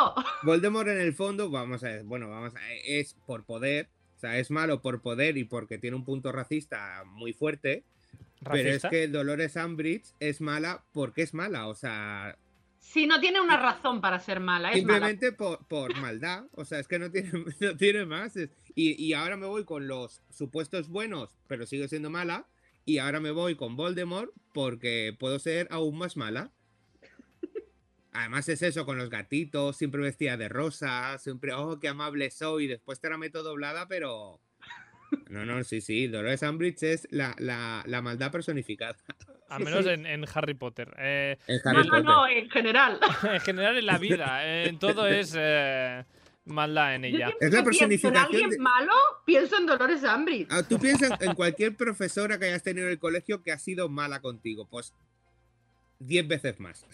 Speaker 1: Voldemort en el fondo, vamos a ver, bueno, vamos a es por poder, o sea, es malo por poder y porque tiene un punto racista muy fuerte, pero es
Speaker 2: Racista.
Speaker 1: que Dolores Umbridge es mala porque es mala, o sea,
Speaker 3: Si no tiene una razón para ser mala, es mala.
Speaker 1: simplemente por, por maldad, o sea, es que no tiene, *laughs* no tiene más. es- y, y ahora me voy con los supuestos buenos, pero sigo siendo mala, y ahora me voy con Voldemort porque puedo ser aún más mala. Además es eso con los gatitos, siempre vestida de rosa, siempre, oh, qué amable soy, después te la meto doblada, pero... No, no, sí, sí, Dolores Umbridge es la, la, la maldad personificada.
Speaker 2: Al menos en, en Harry Potter. Eh,
Speaker 1: En
Speaker 3: No,
Speaker 1: Harry
Speaker 3: no,
Speaker 1: Potter.
Speaker 3: no, en
Speaker 2: *laughs*
Speaker 3: general.
Speaker 2: en general en la vida, eh, en todo es eh, maldad en
Speaker 3: Yo
Speaker 2: ella.
Speaker 3: siempre
Speaker 1: Es la
Speaker 3: que pienso en
Speaker 1: personificación
Speaker 3: alguien
Speaker 1: de-
Speaker 3: malo, pienso en Dolores Umbridge.
Speaker 1: Ah, Tú piensas en cualquier profesora que hayas tenido en el colegio que ha sido mala contigo, pues 10 veces más.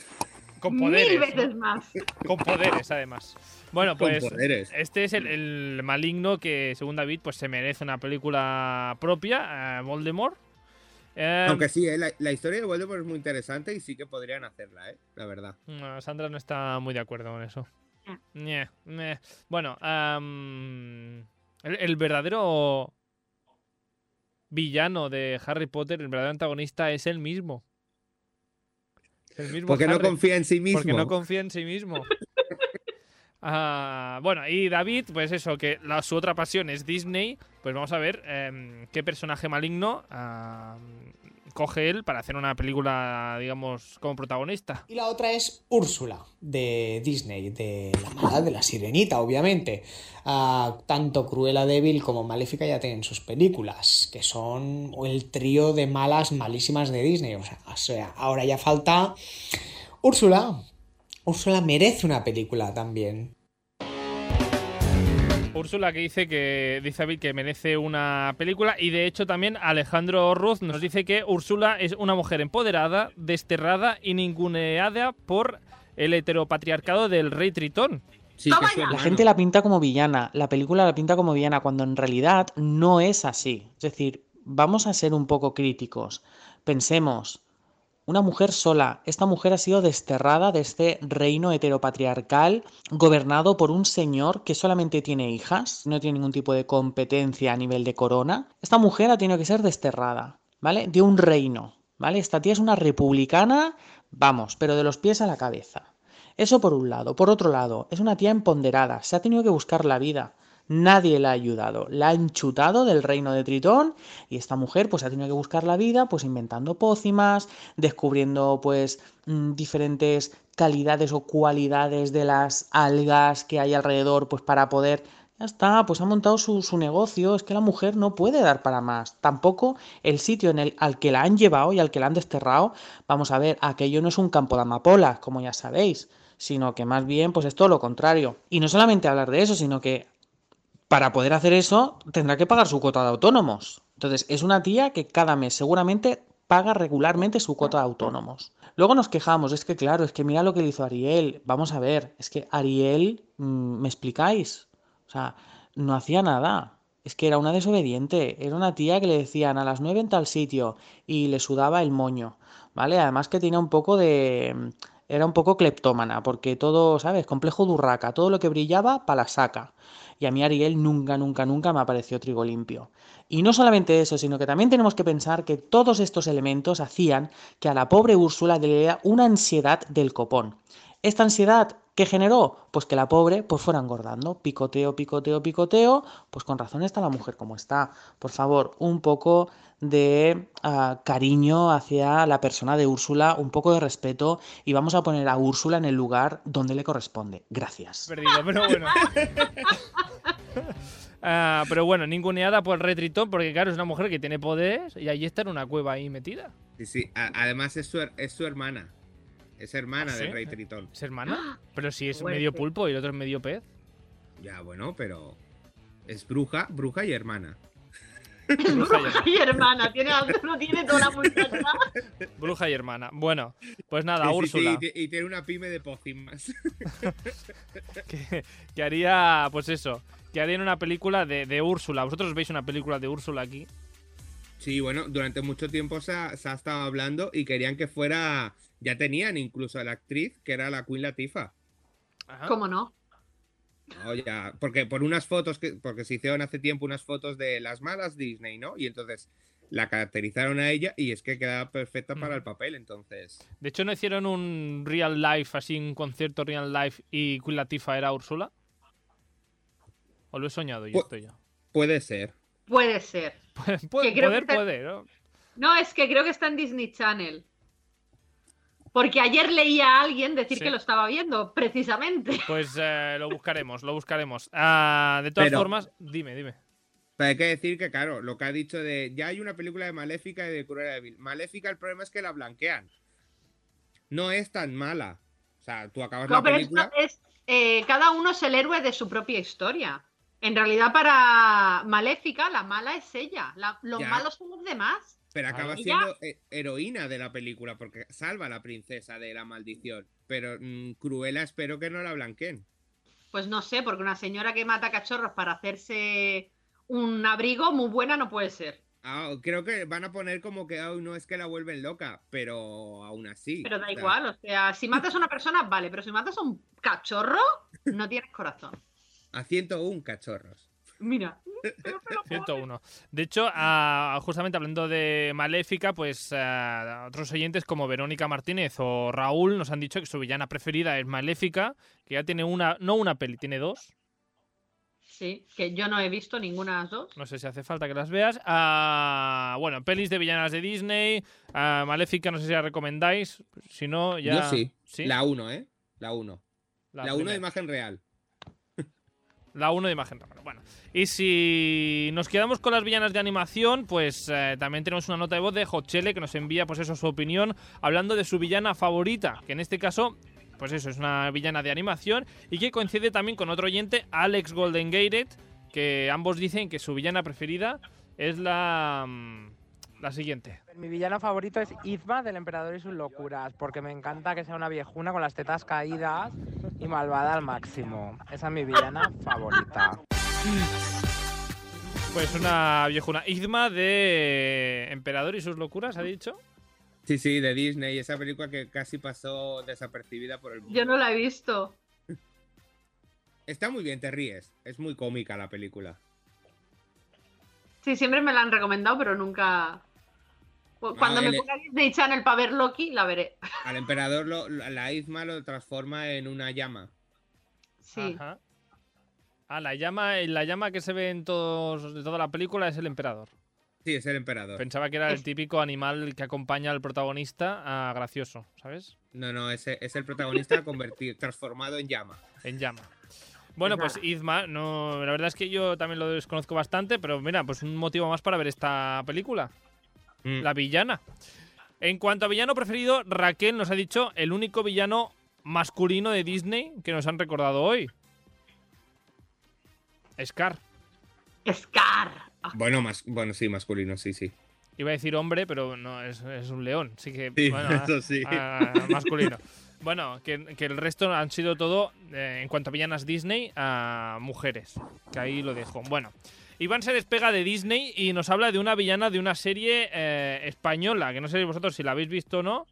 Speaker 2: Con
Speaker 3: Mil
Speaker 2: poderes. ¿no?
Speaker 3: veces
Speaker 2: *laughs*
Speaker 3: más.
Speaker 2: Con poderes, además. Bueno,
Speaker 1: Con
Speaker 2: pues
Speaker 1: poderes.
Speaker 2: este es el, el maligno que, según David, pues se merece una película propia, eh, Voldemort. Eh,
Speaker 1: Aunque sí, eh, la, la historia de Voldemort es muy interesante y sí que podrían hacerla, ¿eh? la verdad.
Speaker 2: no, Sandra no está muy de acuerdo con eso.
Speaker 3: Ah.
Speaker 2: Ñe, ñe. Bueno, am, el, el verdadero villano de Harry Potter, el verdadero antagonista, es el mismo. El mismo
Speaker 1: Porque no
Speaker 2: Harry.
Speaker 1: confía en sí mismo.
Speaker 2: Pues, Porque no confía en
Speaker 1: *laughs*
Speaker 2: sí mismo. Ah, bueno, y David, pues eso, que la- su otra pasión es Disney, pues vamos a ver em, qué personaje maligno ah, coge él para hacer una película, digamos, como protagonista.
Speaker 6: Y la otra es Úrsula, de Disney, de la mala de la sirenita, obviamente. Ah, tanto Cruella Débil como Maléfica ya tienen sus películas, que son el trío de malas malísimas de Disney. O sea, o sea, ahora ya falta Úrsula. Úrsula merece una película también.
Speaker 2: Úrsula que dice que dice David que merece una película y de hecho también Alejandro Ruz nos dice que Úrsula es una mujer empoderada, desterrada y ninguneada por el heteropatriarcado del rey Tritón.
Speaker 1: Sí,
Speaker 3: Toma
Speaker 1: que es su
Speaker 3: ya.
Speaker 7: ¡Ah, La
Speaker 1: hermano.
Speaker 7: gente la pinta como villana, la película la pinta como villana, cuando en realidad no es así. Es decir, vamos a ser un poco críticos. Pensemos, una mujer sola, esta mujer ha sido desterrada de este reino heteropatriarcal gobernado por un señor que solamente tiene hijas, no tiene ningún tipo de competencia a nivel de corona. Esta mujer ha tenido que ser desterrada, ¿vale? De un reino, ¿vale? Esta tía es una republicana, vamos, pero de los pies a la cabeza. Eso por un lado. Por otro lado, es una tía empoderada. Se ha tenido que buscar la vida. Nadie la ha ayudado. La han chutado del reino de Tritón y esta mujer pues ha tenido que buscar la vida pues inventando pócimas, descubriendo pues mm, diferentes calidades o cualidades de las algas que hay alrededor pues para poder... Ya está, pues ha montado su, su negocio. Es que la mujer no puede dar para más. Tampoco el sitio en el, al que la han llevado y al que la han desterrado. Vamos a ver, aquello no es un campo de amapolas, como ya sabéis sino que más bien pues es todo lo contrario. Y no solamente hablar de eso, sino que para poder hacer eso tendrá que pagar su cuota de autónomos. Entonces es una tía que cada mes seguramente paga regularmente su cuota de autónomos. Luego nos quejamos, es que claro, es que mira lo que le hizo Ariel. Vamos a ver, es que Ariel, mm, ¿me explicáis? O sea, no hacía nada. Es que era una desobediente, era una tía que le decían a las 9 en tal sitio y le sudaba el moño, ¿vale? Además que tenía un poco de... Era un poco cleptómana, porque todo, ¿sabes? Complejo de urraca, todo lo que brillaba, pa' la saca. Y a mí Ariel nunca, nunca, nunca me apareció trigo limpio. Y no solamente eso, sino que también tenemos que pensar que todos estos elementos hacían que a la pobre Úrsula le diera una ansiedad del copón. ¿Esta ansiedad qué generó? Pues que la pobre pues fuera engordando, picoteo, picoteo, picoteo, pues con razón está la mujer como está. Por favor, un poco de ah, cariño hacia la persona de Úrsula, un poco de respeto y vamos a poner a Úrsula en el lugar donde le corresponde. Gracias.
Speaker 2: perdido, pero bueno. Ah, pero bueno, ninguneada por el retritón, porque claro, es una mujer que tiene poderes y allí está en una cueva ahí metida.
Speaker 1: Sí, sí. A- además es su, her- es su hermana. Es hermana
Speaker 2: ¿Ah,
Speaker 1: del
Speaker 2: sí?
Speaker 1: rey Tritón.
Speaker 2: ¿Es hermana? Pero si es
Speaker 3: Fuerte.
Speaker 2: medio pulpo y el otro es medio pez.
Speaker 1: Ya, bueno, pero es bruja, bruja y hermana.
Speaker 3: Es bruja y hermana. Tiene, algo- no tiene toda la
Speaker 2: *laughs*
Speaker 3: muchacha.
Speaker 2: Bruja y hermana. Bueno, pues nada,
Speaker 1: Sí, sí, sí,
Speaker 2: Úrsula.
Speaker 1: y te- y, tiene una pyme de pócimas.
Speaker 2: que, que haría, pues eso, que harían una película de, de Úrsula. ¿Vosotros veis una película de Úrsula aquí?
Speaker 1: Sí, bueno, durante mucho tiempo se ha, se ha estado hablando y querían que fuera. Ya tenían incluso a la actriz, que era la Queen Latifa.
Speaker 2: Ajá.
Speaker 3: ¿Cómo no?
Speaker 1: No, Oh, ya, porque por unas fotos que, porque se hicieron hace tiempo unas fotos de las malas Disney, ¿no? Y entonces la caracterizaron a ella y es que quedaba perfecta
Speaker 3: Mm.
Speaker 1: para el papel, entonces.
Speaker 2: De hecho, ¿no hicieron un real life, así un concierto real life y Queen Latifah era Úrsula? ¿O lo he soñado yo
Speaker 1: Pu-
Speaker 2: esto ya? *laughs*
Speaker 1: Puede ser.
Speaker 3: Puede ser.
Speaker 2: Pu-
Speaker 3: que creo
Speaker 2: poder,
Speaker 3: que está-
Speaker 2: poder, ¿no?
Speaker 3: No, es que creo que está en Disney Channel. Porque ayer leía a alguien decir
Speaker 2: Sí.
Speaker 3: que lo estaba viendo, precisamente.
Speaker 2: Pues eh, lo buscaremos, lo buscaremos. Ah, de todas
Speaker 1: Pero-
Speaker 2: formas, dime, dime.
Speaker 1: Pero hay que decir que, claro, lo que ha dicho de. Ya hay una película de Maléfica y de Cruella de Vil. Maléfica, el problema es que la blanquean. No es tan mala. O sea, tú acabas
Speaker 3: No,
Speaker 1: la
Speaker 3: pero esto
Speaker 1: película.
Speaker 3: es, eh, cada uno es el héroe de su propia historia. En realidad, para Maléfica, la mala es ella. La- los
Speaker 1: Ya.
Speaker 3: malos son los demás.
Speaker 1: Pero
Speaker 2: Claro.
Speaker 1: acaba
Speaker 3: Y
Speaker 1: siendo he- heroína de la película porque salva a la princesa de la maldición. Pero mm, Cruella espero que no la blanqueen.
Speaker 3: Pues no sé, porque una señora que mata cachorros para hacerse un abrigo muy buena no puede ser.
Speaker 1: Ah, creo que van a poner como que "Ay, no es que la vuelven loca, pero aún así.
Speaker 3: Pero
Speaker 1: o
Speaker 3: da
Speaker 1: sea,
Speaker 3: igual, o sea, si matas a una persona, vale, pero si matas a un cachorro, no tienes corazón.
Speaker 1: A 101 cachorros.
Speaker 3: Mira.
Speaker 1: *laughs*
Speaker 2: 101. De hecho, ah, justamente hablando de Maléfica, pues ah, otros oyentes como Verónica Martínez o Raúl nos han dicho que su villana preferida es Maléfica, que ya tiene una, no una peli, tiene dos.
Speaker 3: Sí, que yo no he visto ninguna de las dos.
Speaker 2: No sé si hace falta que las veas. Ah, bueno, pelis de villanas de Disney. ah, Maléfica, no sé si la recomendáis. Si no, ya.
Speaker 1: Yo sí. La 1, ¿eh? La 1. La 1
Speaker 2: primera.
Speaker 1: de imagen real.
Speaker 2: La 1 de imagen rápida. Bueno, y si nos quedamos con las villanas de animación, pues eh, también tenemos una nota de voz de Hochele que nos envía, pues eso, su opinión, hablando de su villana favorita, que en este caso, pues eso, es una villana de animación y que coincide también con otro oyente, Alex Golden Gated, que ambos dicen que su villana preferida es la. mm, la siguiente.
Speaker 8: Mi villana favorito es Izma del Emperador y sus locuras, porque me encanta que sea una viejuna con las tetas caídas y malvada al máximo. Esa es mi villana favorita.
Speaker 2: Pues una viejuna. Izma de Emperador y sus locuras, ha dicho.
Speaker 1: Sí, sí, de Disney, esa película que casi pasó desapercibida por el mundo.
Speaker 3: Yo no la he visto.
Speaker 1: Está muy bien, te ríes. Es muy cómica la película.
Speaker 3: Sí, siempre me la han recomendado, pero nunca. Cu- Cuando
Speaker 1: Ah,
Speaker 3: me
Speaker 1: el-
Speaker 3: ponga Disney Channel para ver Loki, la veré.
Speaker 1: Al emperador lo- lo- la Izma lo transforma en una llama.
Speaker 3: Sí.
Speaker 2: Ajá. Ah, la llama, la llama que se ve en todos, de toda la película es el emperador.
Speaker 1: Sí, es el emperador.
Speaker 2: Pensaba que era el
Speaker 3: Es-
Speaker 2: típico animal que acompaña al protagonista ah, gracioso, ¿sabes?
Speaker 1: No, no, ese es el protagonista *laughs* convertido, transformado en llama.
Speaker 2: En llama. Bueno, pues Izma, no, la verdad es que yo también lo desconozco bastante, pero mira, pues un motivo más para ver esta película,
Speaker 1: Mm.
Speaker 2: la villana. En cuanto a villano preferido, Raquel nos ha dicho el único villano masculino de Disney que nos han recordado hoy. Scar.
Speaker 3: Scar. Ah,
Speaker 1: Bueno, más, bueno, sí, masculino, sí, sí.
Speaker 2: Iba a decir hombre, pero no, es, es un león. Sí que,
Speaker 1: *laughs* Sí,
Speaker 2: bueno,
Speaker 1: eso sí.
Speaker 2: ah, masculino. Bueno, que, que el resto han sido todo, eh, en cuanto a villanas Disney, a mujeres. Que ahí lo dejo. Bueno, Iván se despega de Disney y nos habla de una villana de una serie eh, española, que no sé vosotros si la habéis visto o no,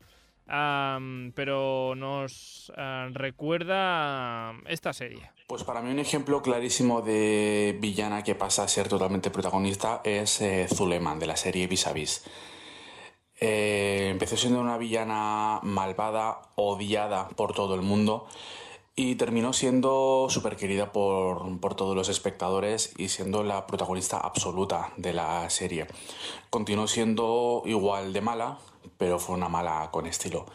Speaker 2: am, pero nos ah, recuerda esta serie.
Speaker 9: Pues para mí un ejemplo clarísimo de villana que pasa a ser totalmente protagonista es eh, Zuleman de la serie Vis a Vis. Eh, empezó siendo una villana malvada, odiada por todo el mundo y terminó siendo súper querida por, por todos los espectadores y siendo la protagonista absoluta de la serie. Continuó siendo igual de mala, pero fue una mala con estilo.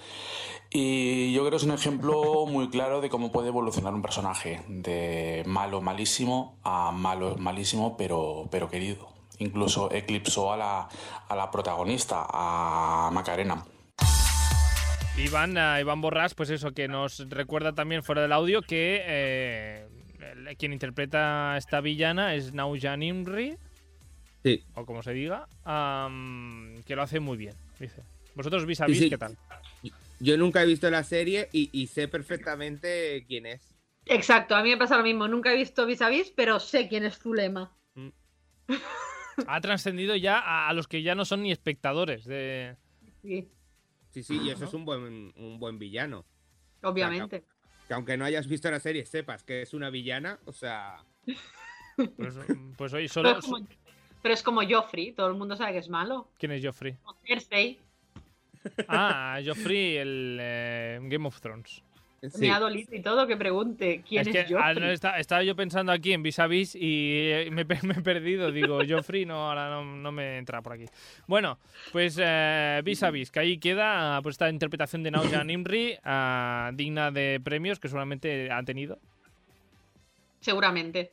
Speaker 9: Y yo creo que es un ejemplo muy claro de cómo puede evolucionar un personaje de malo malísimo a malo malísimo pero, pero querido. Incluso eclipsó a la, a la protagonista, a Macarena.
Speaker 2: Iván, a Iván Borrás, pues eso, que nos recuerda también fuera del audio que eh, el- quien interpreta a esta villana es Naujan Imri,
Speaker 1: Sí.
Speaker 2: o como se diga, am, que lo hace muy bien, dice. ¿Vosotros vis a
Speaker 1: Sí,
Speaker 2: vis
Speaker 1: sí.
Speaker 2: qué tal?
Speaker 1: Yo nunca he visto la serie y, y sé perfectamente quién es.
Speaker 3: Exacto, a mí me pasa lo mismo. Nunca he visto Vis a Vis, pero sé quién es Zulema.
Speaker 2: Ha trascendido ya a, a los que ya no son ni espectadores de...
Speaker 3: Sí,
Speaker 1: Sí, sí, y eso es un buen, un buen villano.
Speaker 3: obviamente.
Speaker 1: Que aunque no hayas visto la serie, sepas que es una villana, o sea,
Speaker 2: Pues, pues
Speaker 3: Pero *laughs*
Speaker 2: hoy solo...
Speaker 3: es, como, pero es como Joffrey, todo el mundo sabe que es malo.
Speaker 2: ¿Quién es Joffrey?
Speaker 3: O Cersei,
Speaker 2: Ah, Joffrey, el eh, Game of Thrones.
Speaker 1: sí.
Speaker 3: me ha dolido y todo que pregunte quién es,
Speaker 2: es que ah,
Speaker 3: Joffrey.
Speaker 2: no, está- estaba yo pensando aquí en vis a vis y eh, me, he pe- *laughs* me he perdido. Digo, Joffrey no, ahora no, no me entra por aquí. Bueno, pues eh, vis a vis, que ahí queda ah, pues, esta interpretación de Nauja Nimri, ah, digna de premios que seguramente ha tenido.
Speaker 3: Seguramente.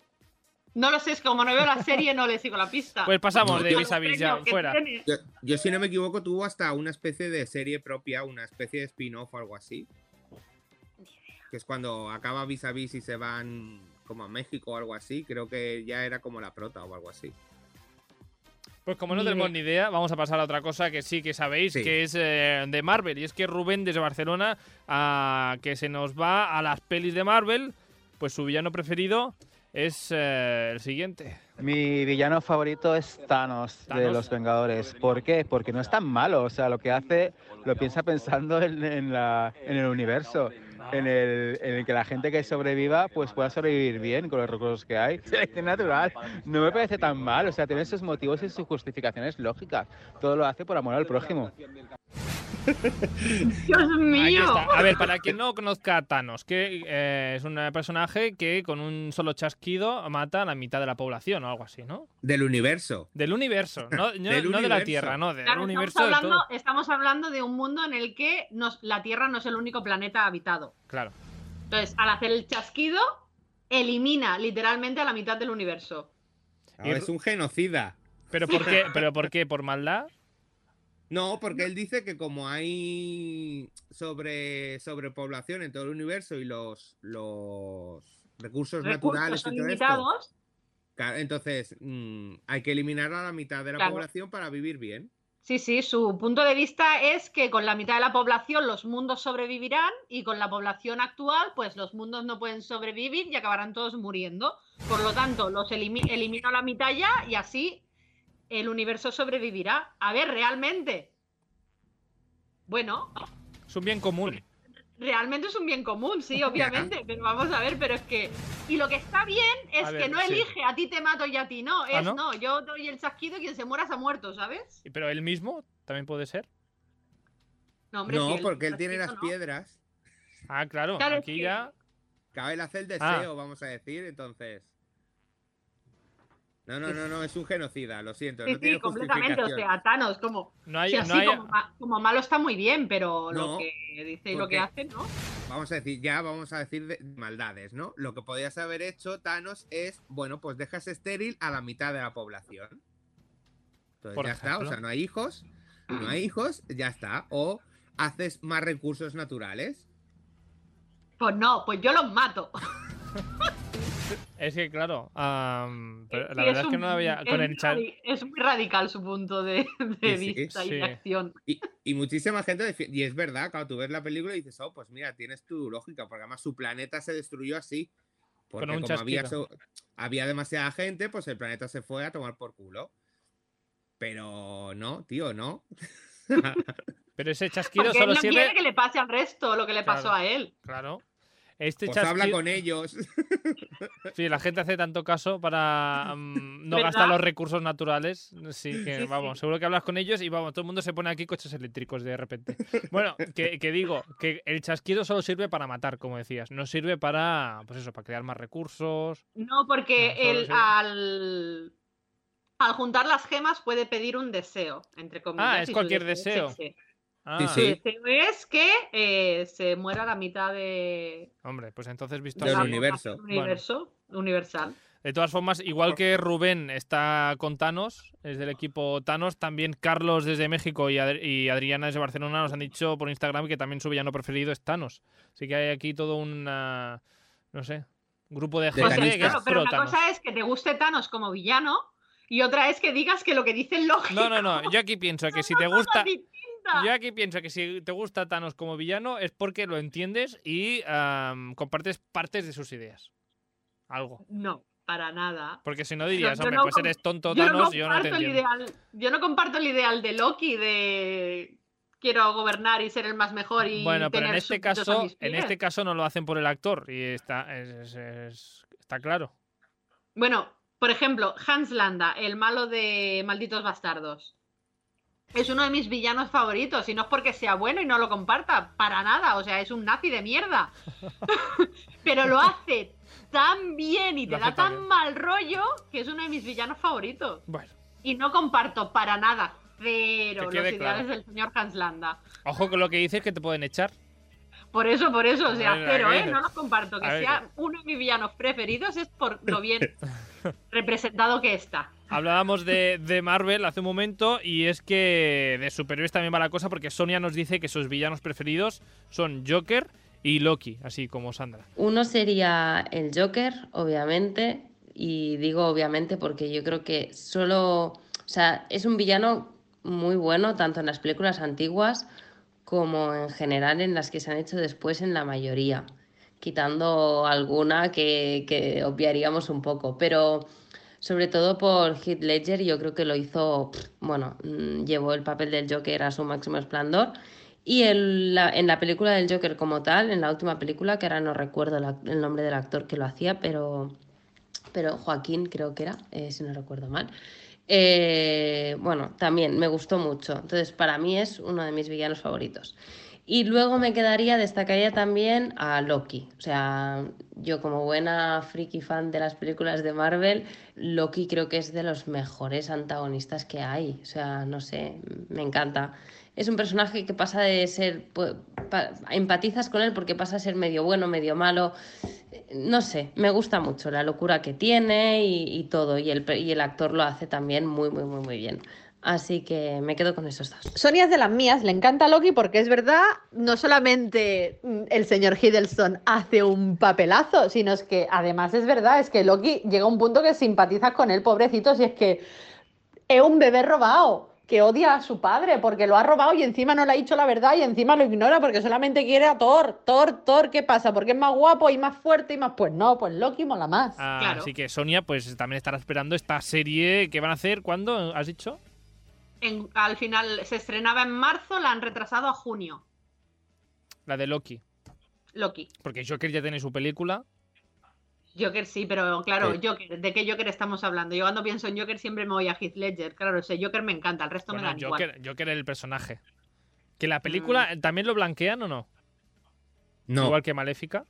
Speaker 3: No lo sé, es que como no veo la serie, no le sigo la pista.
Speaker 2: Pues pasamos
Speaker 1: No,
Speaker 2: de
Speaker 1: yo-
Speaker 2: vis a vis ya,
Speaker 3: Premio que
Speaker 2: fuera.
Speaker 3: tiene.
Speaker 1: Yo, yo, si no me equivoco, tuvo hasta una especie de serie propia, una especie de spin-off o algo así. Que es cuando acaba vis a vis y se van como a México o algo así. Creo que ya era como la prota o algo así.
Speaker 2: Pues como no
Speaker 3: Ni
Speaker 2: tenemos
Speaker 3: idea.
Speaker 2: ni idea, vamos a pasar a otra cosa que sí que sabéis,
Speaker 1: Sí.
Speaker 2: que es eh, de Marvel. Y es que Rubén desde Barcelona, ah, que se nos va a las pelis de Marvel, pues su villano preferido es eh, el siguiente.
Speaker 10: Mi villano favorito es Thanos, de
Speaker 2: Thanos.
Speaker 10: los Vengadores. ¿Por qué? Porque no es tan malo. O sea, lo que hace lo piensa pensando en, en la, en el universo, en el, en el que la gente que sobreviva pues pueda sobrevivir bien con los recursos que hay. *laughs* Selección natural. No me parece tan mal. O sea, tiene sus motivos y sus justificaciones lógicas. Todo lo hace por amor al prójimo.
Speaker 3: Dios
Speaker 2: Ahí
Speaker 3: mío.
Speaker 2: está. A ver,
Speaker 1: *laughs*
Speaker 2: para quien no conozca a Thanos, que eh, es un personaje que con un solo chasquido mata a la mitad de la población o algo así, ¿no?
Speaker 1: Del universo.
Speaker 2: Del universo,
Speaker 1: *laughs*
Speaker 2: no, no-
Speaker 1: Del
Speaker 2: no de la
Speaker 1: universo.
Speaker 2: Tierra, no, del
Speaker 3: Claro, estamos,
Speaker 2: universo de
Speaker 3: hablando,
Speaker 2: todo.
Speaker 3: estamos hablando de un mundo en el que nos- la Tierra no es el único planeta habitado.
Speaker 2: Claro.
Speaker 3: Entonces, al hacer el chasquido, elimina literalmente a la mitad del universo.
Speaker 1: No,
Speaker 2: Y-
Speaker 1: es un genocida.
Speaker 2: ¿Pero
Speaker 3: *laughs*
Speaker 2: por qué? ¿Pero por qué? ¿Por maldad?
Speaker 1: No, porque él dice que como hay sobre sobrepoblación en todo el universo y los, los recursos,
Speaker 3: Recursos
Speaker 1: naturales
Speaker 3: son
Speaker 1: y todo esto,
Speaker 3: limitados.
Speaker 1: ca- entonces mm, hay que eliminar a la mitad de la
Speaker 3: Claro.
Speaker 1: población para vivir bien.
Speaker 3: Sí, sí, su punto de vista es que con la mitad de la población los mundos sobrevivirán y con la población actual, pues los mundos no pueden sobrevivir y acabarán todos muriendo. Por lo tanto, los elimi- elimino a la mitad ya y así el universo sobrevivirá. A ver, realmente. Bueno,
Speaker 2: Es un bien común.
Speaker 3: realmente es un bien común,
Speaker 2: *laughs*
Speaker 3: sí, obviamente, pero vamos a ver, pero es que... Y lo que está bien es
Speaker 2: A ver,
Speaker 3: que no
Speaker 2: sí.
Speaker 3: elige a ti te mato y a ti no, es
Speaker 2: Ah, ¿no?
Speaker 3: no? yo doy el chasquido y quien se muera se ha muerto, ¿sabes?
Speaker 2: ¿Pero él mismo también puede ser?
Speaker 3: No, hombre,
Speaker 1: no,
Speaker 3: si el
Speaker 1: porque él tiene las
Speaker 3: chasquido no.
Speaker 1: piedras.
Speaker 2: Ah, claro,
Speaker 3: Claro, es
Speaker 2: aquí
Speaker 3: que-
Speaker 2: ya...
Speaker 1: Cabe el hacer el
Speaker 2: Ah.
Speaker 1: deseo, vamos a decir, entonces. No, no, no, no, es un genocida, lo siento.
Speaker 3: Sí,
Speaker 1: no
Speaker 3: sí,
Speaker 1: tiene
Speaker 3: completamente. O
Speaker 1: justificación.
Speaker 3: sea, Thanos, como,
Speaker 2: No hay,
Speaker 3: sí,
Speaker 2: no
Speaker 3: así
Speaker 2: hay-
Speaker 3: como, ma- como malo está muy bien, pero
Speaker 1: No,
Speaker 3: lo que dice y lo
Speaker 1: porque-
Speaker 3: que hace, ¿no?
Speaker 1: Vamos a decir, ya vamos a decir de- maldades, ¿no? Lo que podías haber hecho, Thanos, es, bueno, pues dejas estéril a la mitad de la población. Entonces
Speaker 2: Por
Speaker 1: ya está,
Speaker 2: ejemplo.
Speaker 1: o sea, no hay hijos, no hay hijos, ya está. O haces más recursos naturales.
Speaker 3: Pues no, pues yo los mato.
Speaker 2: Es que, claro, am,
Speaker 3: *laughs*
Speaker 2: pero la
Speaker 3: Sí,
Speaker 2: verdad es que
Speaker 3: un-
Speaker 2: no había... Con
Speaker 3: es
Speaker 2: el
Speaker 3: muy
Speaker 2: chat...
Speaker 3: radi- Es muy radical su punto de, de
Speaker 1: Sí, sí,
Speaker 3: vista y
Speaker 2: sí.
Speaker 3: de acción.
Speaker 1: Y, y muchísima gente, defi- y es verdad, claro, tú ves la película y dices, oh, pues mira, tienes tu lógica, porque además su planeta se destruyó así. Porque
Speaker 2: un
Speaker 1: como había,
Speaker 2: chasquido.
Speaker 1: so- había demasiada gente, pues el planeta se fue a tomar por culo. Pero no, tío, no.
Speaker 2: Pero ese chasquido
Speaker 3: Porque él
Speaker 2: solo
Speaker 3: no quiere
Speaker 2: sirve...
Speaker 3: que le pase al resto lo que le pasó
Speaker 2: Claro.
Speaker 3: a él.
Speaker 2: Claro. Este
Speaker 1: Pues
Speaker 2: chasquido...
Speaker 1: habla con
Speaker 2: *laughs*
Speaker 1: ellos.
Speaker 2: Sí, la gente hace tanto caso
Speaker 3: *laughs*
Speaker 2: para mm, no
Speaker 3: ¿Verdad?
Speaker 2: gastar los recursos naturales. Sí, que
Speaker 3: Sí, sí.
Speaker 2: vamos, seguro que hablas con ellos y vamos, todo el mundo se pone aquí coches eléctricos
Speaker 3: *laughs*
Speaker 2: de repente. Bueno, que, que digo, que el chasquido solo sirve para matar, como decías, no sirve para, pues eso, para crear más recursos.
Speaker 3: No, porque
Speaker 2: No, solo
Speaker 3: él
Speaker 2: sí.
Speaker 3: al. Al juntar las gemas puede pedir un deseo, entre comillas.
Speaker 2: Ah, es
Speaker 3: y su
Speaker 2: cualquier
Speaker 3: es
Speaker 2: deseo.
Speaker 3: ese.
Speaker 2: Ah,
Speaker 1: Sí,
Speaker 3: Su
Speaker 1: sí.
Speaker 3: deseo es que eh, se muera la mitad de,
Speaker 2: Hombre, pues entonces visto
Speaker 1: Del
Speaker 2: así,
Speaker 3: la
Speaker 1: universo.
Speaker 3: población universo, universal.
Speaker 2: De todas formas, igual que Rubén está con Thanos, es del equipo Thanos, también Carlos desde México y, Adri- y Adriana desde Barcelona nos han dicho por Instagram que también su villano preferido es Thanos. Así que hay aquí todo un, ah, no sé, grupo de
Speaker 1: De
Speaker 2: gente
Speaker 1: tanistas.
Speaker 2: que es
Speaker 1: Claro,
Speaker 3: pero
Speaker 2: pro
Speaker 3: una
Speaker 2: Thanos.
Speaker 3: cosa es que te guste Thanos como villano y otra es que digas que lo que dice es lógico. *laughs*
Speaker 2: No, no, no, yo aquí pienso que si te
Speaker 3: Son cosas
Speaker 2: gusta...
Speaker 3: distintas.
Speaker 2: Yo aquí pienso que si te gusta Thanos como villano es porque lo entiendes y am, compartes partes de sus ideas. Algo.
Speaker 3: No, para nada.
Speaker 2: Porque si no dirías,
Speaker 3: yo
Speaker 2: hombre,
Speaker 3: no
Speaker 2: pues
Speaker 3: com-
Speaker 2: eres tonto
Speaker 3: yo,
Speaker 2: Thanos,
Speaker 3: no
Speaker 2: yo no te
Speaker 3: comparto el
Speaker 2: entiendo.
Speaker 3: ideal, yo no comparto el ideal de Loki de quiero gobernar y ser el más mejor y
Speaker 2: Bueno, pero
Speaker 3: tener
Speaker 2: en este
Speaker 3: súbditos a
Speaker 2: caso,
Speaker 3: mis
Speaker 2: en
Speaker 3: pies.
Speaker 2: este caso no lo hacen por el actor y está, es- es- es- está claro.
Speaker 3: Bueno, por ejemplo, Hans Landa, el malo de Malditos Bastardos. Es uno de mis villanos favoritos y no es porque sea bueno y no lo comparta, para nada, o sea, es un nazi de
Speaker 2: *laughs*
Speaker 3: mierda. *laughs* Pero lo hace tan bien y
Speaker 2: Lo
Speaker 3: te
Speaker 2: hace
Speaker 3: da
Speaker 2: tan
Speaker 3: tan
Speaker 2: bien.
Speaker 3: mal rollo que es uno de mis villanos favoritos.
Speaker 2: Bueno,
Speaker 3: Y no comparto para nada, cero,
Speaker 2: Que
Speaker 3: los
Speaker 2: quede
Speaker 3: ideales
Speaker 2: claro.
Speaker 3: del señor Hans Landa.
Speaker 2: ojo con lo que dices que te pueden echar.
Speaker 3: Por eso, por eso, o sea,
Speaker 2: Bueno,
Speaker 3: cero,
Speaker 2: a
Speaker 3: ¿eh?
Speaker 2: ver.
Speaker 3: No los comparto.
Speaker 2: A
Speaker 3: Que
Speaker 2: ver.
Speaker 3: sea uno de mis villanos preferidos es
Speaker 2: *laughs*
Speaker 3: por lo bien representado que está.
Speaker 2: Hablábamos de, de Marvel hace un momento y es que de superhéroes también va la cosa porque Sonia nos dice que sus villanos preferidos son Joker y Loki, así como Sandra.
Speaker 11: Uno sería el Joker, obviamente, y digo obviamente porque yo creo que solo, o sea, es un villano muy bueno tanto en las películas antiguas como en general en las que se han hecho después en la mayoría, quitando alguna que, que obviaríamos un poco, pero sobre todo por Heath Ledger yo creo que lo hizo, pff, bueno, mm, llevó el papel del Joker a su máximo esplendor. Y en la, en la película del Joker como tal, en la última película, que ahora no recuerdo la- el nombre del actor que lo hacía, pero, pero Joaquín creo que era, eh, si no recuerdo mal. Eh, bueno, también me gustó mucho. Entonces, para mí es uno de mis villanos favoritos. Y luego me quedaría, destacaría también a Loki. O sea, yo como buena friki fan de las películas de Marvel, Loki creo que es de los mejores antagonistas que hay. O sea, no sé, me encanta. Es un personaje que pasa de ser, pu- pa- empatizas con él porque pasa a ser medio bueno, medio malo. No sé, me gusta mucho la locura que tiene y, y todo. Y el, pe- y el actor lo hace también muy, muy, muy, muy bien. Así que me quedo con esos dos.
Speaker 12: Sonia es de las mías, le encanta Loki porque es verdad, no solamente mm, el señor Hiddleston hace un papelazo, sino es que además es verdad, es que Loki llega a un punto que simpatizas con él, pobrecito, si es que es un bebé robado, que odia a su padre porque lo ha robado y encima no le ha dicho la verdad y encima lo ignora porque solamente quiere a Thor, Thor, Thor, ¿qué pasa? Porque es más guapo y más fuerte y más... Pues no, pues Loki mola más.
Speaker 2: Ah,
Speaker 3: Claro.
Speaker 2: Así que Sonia pues también estará esperando esta serie que van a hacer cuando has dicho
Speaker 3: En- al final se estrenaba en marzo, la han retrasado a junio.
Speaker 2: la de Loki,
Speaker 3: Loki.
Speaker 2: porque Joker ya tiene su película.
Speaker 3: Joker sí, pero claro,
Speaker 5: Sí.
Speaker 3: Joker, ¿de qué Joker estamos hablando? Yo cuando pienso en Joker siempre me voy a Heath Ledger. Claro, ese Joker me encanta, el Mm. resto
Speaker 2: Bueno,
Speaker 3: me dan igual.
Speaker 2: Joker, Joker es el personaje. Que la película también lo blanquean o no?
Speaker 1: No,
Speaker 2: Igual que Maléfica.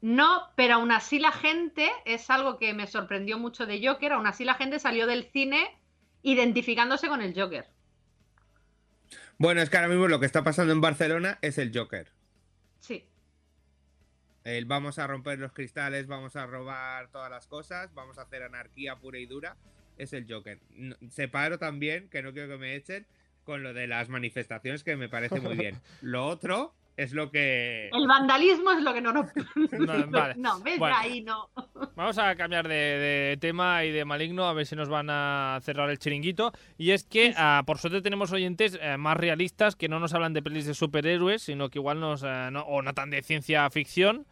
Speaker 3: No, pero aún así la gente, es algo que me sorprendió mucho de Joker, aún así la gente salió del cine identificándose con el Joker.
Speaker 1: bueno, es que ahora mismo lo que está pasando en Barcelona es el Joker.
Speaker 3: Sí.
Speaker 1: El vamos a romper los cristales, vamos a robar todas las cosas, vamos a hacer anarquía pura y dura. Es el Joker. No- separo también, que no quiero que me echen, con lo de las manifestaciones, que me parece muy
Speaker 2: *laughs*
Speaker 1: bien. Lo otro es lo que.
Speaker 3: El vandalismo es lo que no nos...
Speaker 2: No, vale.
Speaker 3: No, ves
Speaker 2: Bueno.
Speaker 3: ahí, no.
Speaker 2: Vamos a cambiar de, de tema y de maligno, a ver si nos van a cerrar el chiringuito. Y es que, ah, por suerte, tenemos oyentes eh, más realistas que no nos hablan de pelis de superhéroes, sino que igual nos. eh, no- o no tan de ciencia ficción,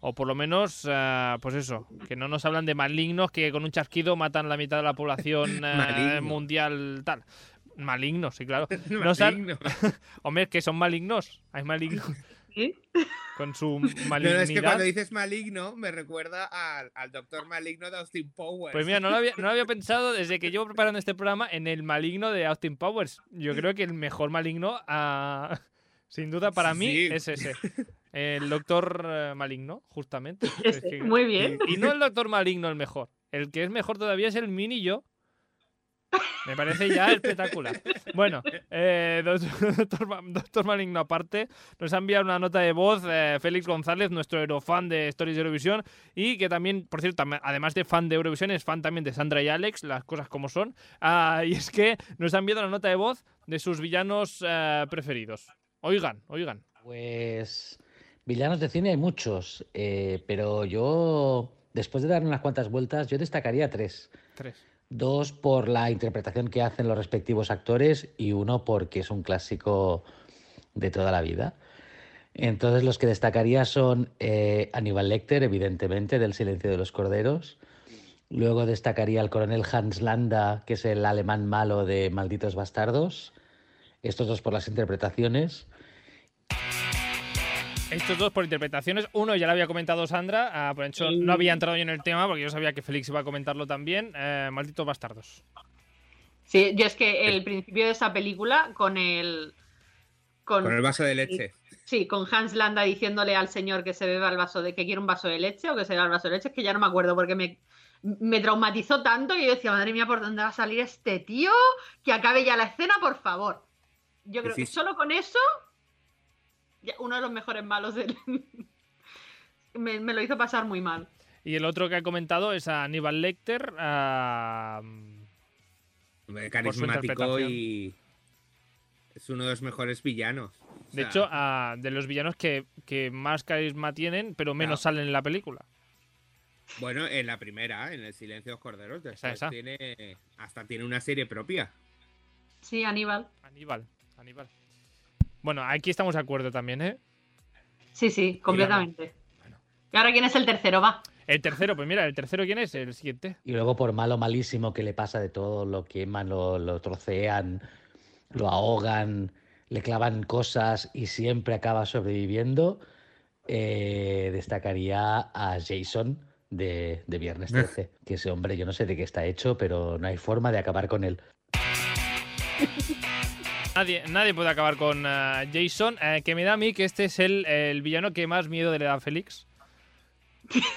Speaker 2: o por lo menos, ah, pues eso, que no nos hablan de malignos que con un chasquido matan la mitad de la
Speaker 1: *laughs*
Speaker 2: población eh,
Speaker 1: Maligno.
Speaker 2: mundial, tal. Malignos, sí,
Speaker 1: *laughs*
Speaker 2: claro. Nos han- *laughs*
Speaker 1: Maligno.
Speaker 2: Hombre, que son malignos. Hay
Speaker 1: *laughs*
Speaker 2: malignos
Speaker 3: ¿Sí?
Speaker 2: con su
Speaker 1: No, no,
Speaker 2: malignidad.
Speaker 1: es que cuando dices maligno me recuerda al, al doctor maligno de Austin Powers.
Speaker 2: Pues mira, no lo, había, no lo había pensado desde que llevo preparando este programa en el maligno de Austin Powers. Yo creo que el mejor maligno, ah, sin duda para mí,
Speaker 1: Sí.
Speaker 2: es ese. El doctor eh, maligno, justamente. Es
Speaker 3: *laughs* Ese,
Speaker 2: que-
Speaker 3: Muy bien.
Speaker 2: Y no el doctor maligno el mejor. El que es mejor todavía es el mini yo. Me parece ya espectacular. Bueno, eh, doctor, *laughs* doctor Ma- doctor Maligno aparte, nos ha enviado una nota de voz eh, Félix González, nuestro eurofan de Stories de Eurovisión, y que también, por cierto, am- además de fan de Eurovisión, es fan también de Sandra y Alex, las cosas como son. Ah, y es que nos ha enviado una nota de voz de sus villanos eh, preferidos. Oigan, oigan.
Speaker 13: Pues villanos de cine hay muchos, eh, pero yo, después de dar unas cuantas vueltas, yo destacaría tres.
Speaker 2: Tres.
Speaker 13: Dos por la interpretación que hacen los respectivos actores y uno porque es un clásico de toda la vida. Entonces los que destacaría son eh, Aníbal Lecter, evidentemente, del Silencio de los Corderos. Luego destacaría al coronel Hans Landa, que es el alemán malo de Malditos Bastardos. Estos dos por las interpretaciones.
Speaker 2: Estos dos por interpretaciones. Uno ya lo había comentado Sandra, ah, por hecho no había entrado yo en el tema porque yo sabía que Félix iba a comentarlo también. Eh, malditos bastardos.
Speaker 3: Sí, yo es que el principio de esa película con el.
Speaker 1: Con el vaso de leche.
Speaker 3: Sí, con Hans Landa diciéndole al señor que se beba el vaso de que quiere un vaso de leche o que se beba el vaso de leche, es que ya no me acuerdo porque me, me traumatizó tanto que yo decía, madre mía, ¿por dónde va a salir este tío? Que acabe ya la escena, por favor. Yo creo que
Speaker 1: Difícil.
Speaker 3: solo con eso, ya uno de los mejores malos del- *laughs* me, me lo hizo pasar muy mal.
Speaker 2: Y el otro que ha comentado es a Aníbal Lecter. ah,
Speaker 1: Hombre,
Speaker 2: por su
Speaker 1: Carismático
Speaker 2: interpretación.
Speaker 1: y. Es uno de los mejores villanos. O
Speaker 2: De
Speaker 1: sea,
Speaker 2: hecho, ah, de los villanos que, que más carisma tienen, pero menos salen en la película.
Speaker 1: Bueno, en la primera, en El Silencio de los Corderos, después
Speaker 2: esa.
Speaker 1: Tiene, hasta tiene una serie propia.
Speaker 3: Sí, Aníbal.
Speaker 2: Aníbal, Aníbal. Bueno, aquí estamos de acuerdo también, ¿eh?
Speaker 3: Sí, sí, completamente. ¿Y ahora quién es el tercero? Va.
Speaker 2: El tercero, pues mira, el tercero quién es, el siguiente.
Speaker 13: Y luego por malo malísimo que le pasa de todo, lo queman, lo, lo trocean, lo ahogan, le clavan cosas y siempre acaba sobreviviendo, eh, destacaría a Jason de, de Viernes 13, que ese hombre yo no sé de qué está hecho, pero no hay forma de acabar con él.
Speaker 2: Nadie, nadie puede acabar con ah, Jason, eh, que me da a mí que este es el, el villano que más miedo le da
Speaker 3: *laughs*
Speaker 2: a Félix.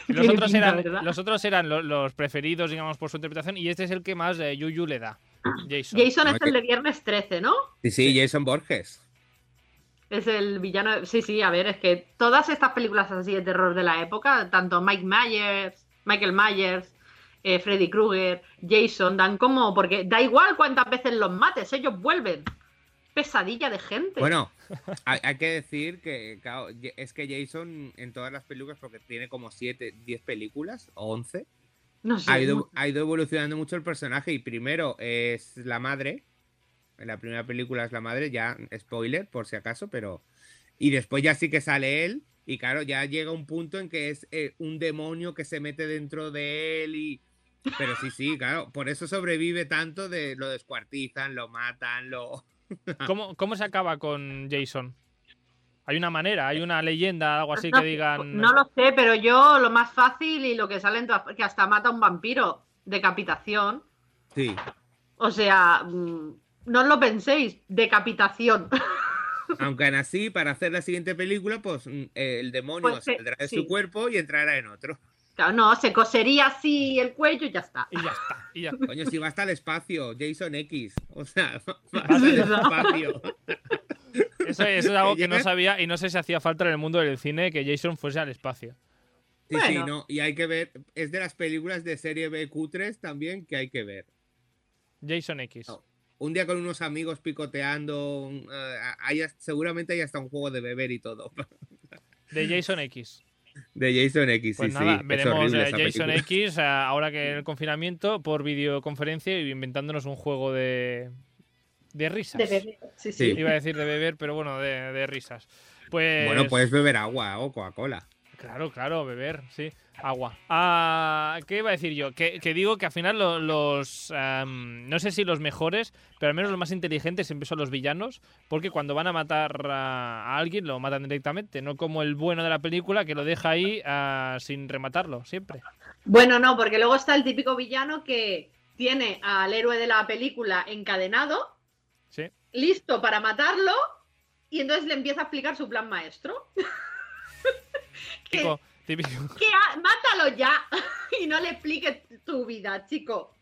Speaker 2: Los
Speaker 13: Tiene
Speaker 2: otros
Speaker 13: pinta,
Speaker 2: eran,
Speaker 13: ¿verdad?
Speaker 2: los, otros eran lo- los preferidos, digamos, por su interpretación, y este es el que más eh, Yuyu le da. Jason.
Speaker 3: Jason es el de viernes 13, ¿no?
Speaker 1: Sí, sí, Jason Borges.
Speaker 3: Es el villano. Sí, sí, a ver, es que todas estas películas así de terror de la época, tanto Mike Myers, Michael Myers, eh, Freddy Krueger, Jason, dan como. Porque da igual cuántas veces los mates, ellos vuelven. Pesadilla de gente.
Speaker 1: *laughs* Bueno, hay, hay que decir que claro, Ye- es que Jason en todas las películas, porque tiene como 7, 10 películas o 11,
Speaker 3: No sé.
Speaker 1: ha, ido, ha ido evolucionando mucho el personaje y primero es la madre. En la primera película es la madre, ya spoiler por si acaso, pero... Y después ya sí que sale él y claro, ya llega un punto en que es eh, un demonio que se mete dentro de él y... Pero sí, sí, claro, por eso sobrevive tanto de lo descuartizan, lo matan, lo...
Speaker 2: ¿Cómo, cómo se acaba con Jason? ¿Hay una manera? ¿Hay una leyenda? ¿Algo así que digan.?
Speaker 3: No lo sé, pero yo lo más fácil y lo que sale en todas- que hasta mata a un vampiro. Decapitación.
Speaker 1: Sí.
Speaker 3: O sea, mm, no os lo penséis. Decapitación. *laughs*
Speaker 1: Aunque aún así, para hacer la siguiente película, pues mm, eh, el demonio
Speaker 3: Pues, eh,
Speaker 1: saldrá de
Speaker 3: sí.
Speaker 1: su cuerpo y entrará en otro.
Speaker 3: Claro, no, se cosería así el cuello y ya está.
Speaker 2: Y ya está. Y ya.
Speaker 1: Coño, si va hasta el espacio, Jason X. O sea, *laughs*
Speaker 2: Ah,
Speaker 1: va hasta el
Speaker 2: *laughs*
Speaker 1: espacio.
Speaker 2: Eso, eso es algo que no sabía y no sé si hacía falta en el mundo del cine que Jason fuese al espacio.
Speaker 1: Sí, sí,
Speaker 2: Bueno.
Speaker 1: no. Y hay que ver. Es de las películas de serie B Q3 también que hay que ver.
Speaker 2: Jason X.
Speaker 1: Un día con unos amigos picoteando. un- eh, hay hasta- seguramente hay hasta un juego de beber y todo. *laughs*
Speaker 2: De Jason X.
Speaker 1: De Jason X,
Speaker 2: Pues
Speaker 1: sí,
Speaker 2: nada,
Speaker 1: sí. es
Speaker 2: veremos
Speaker 1: horrible
Speaker 2: eh,
Speaker 1: esa
Speaker 2: Jason
Speaker 1: película.
Speaker 2: X eh, ahora que el confinamiento por videoconferencia y inventándonos un juego de. de risas.
Speaker 3: De beber, sí, sí. Sí.
Speaker 2: Iba a decir de beber, pero bueno, de, de risas. Pues.
Speaker 1: Bueno, puedes beber agua o Coca-Cola.
Speaker 2: Claro, claro, beber, sí. Agua. Ah, ¿Qué iba a decir yo? Que, que digo que al final lo- los... am, no sé si los mejores, pero al menos los más inteligentes siempre son los villanos, porque cuando van a matar a, a alguien lo matan directamente, no como el bueno de la película que lo deja ahí ah, sin rematarlo, siempre.
Speaker 3: Bueno, no, porque luego está el típico villano que tiene al héroe de la película encadenado,
Speaker 2: Sí.
Speaker 3: listo para matarlo, y entonces le empieza a explicar su plan maestro.
Speaker 2: Típico, típico.
Speaker 3: Que ha- *laughs* mátalo ya y no le expliques tu vida, chico.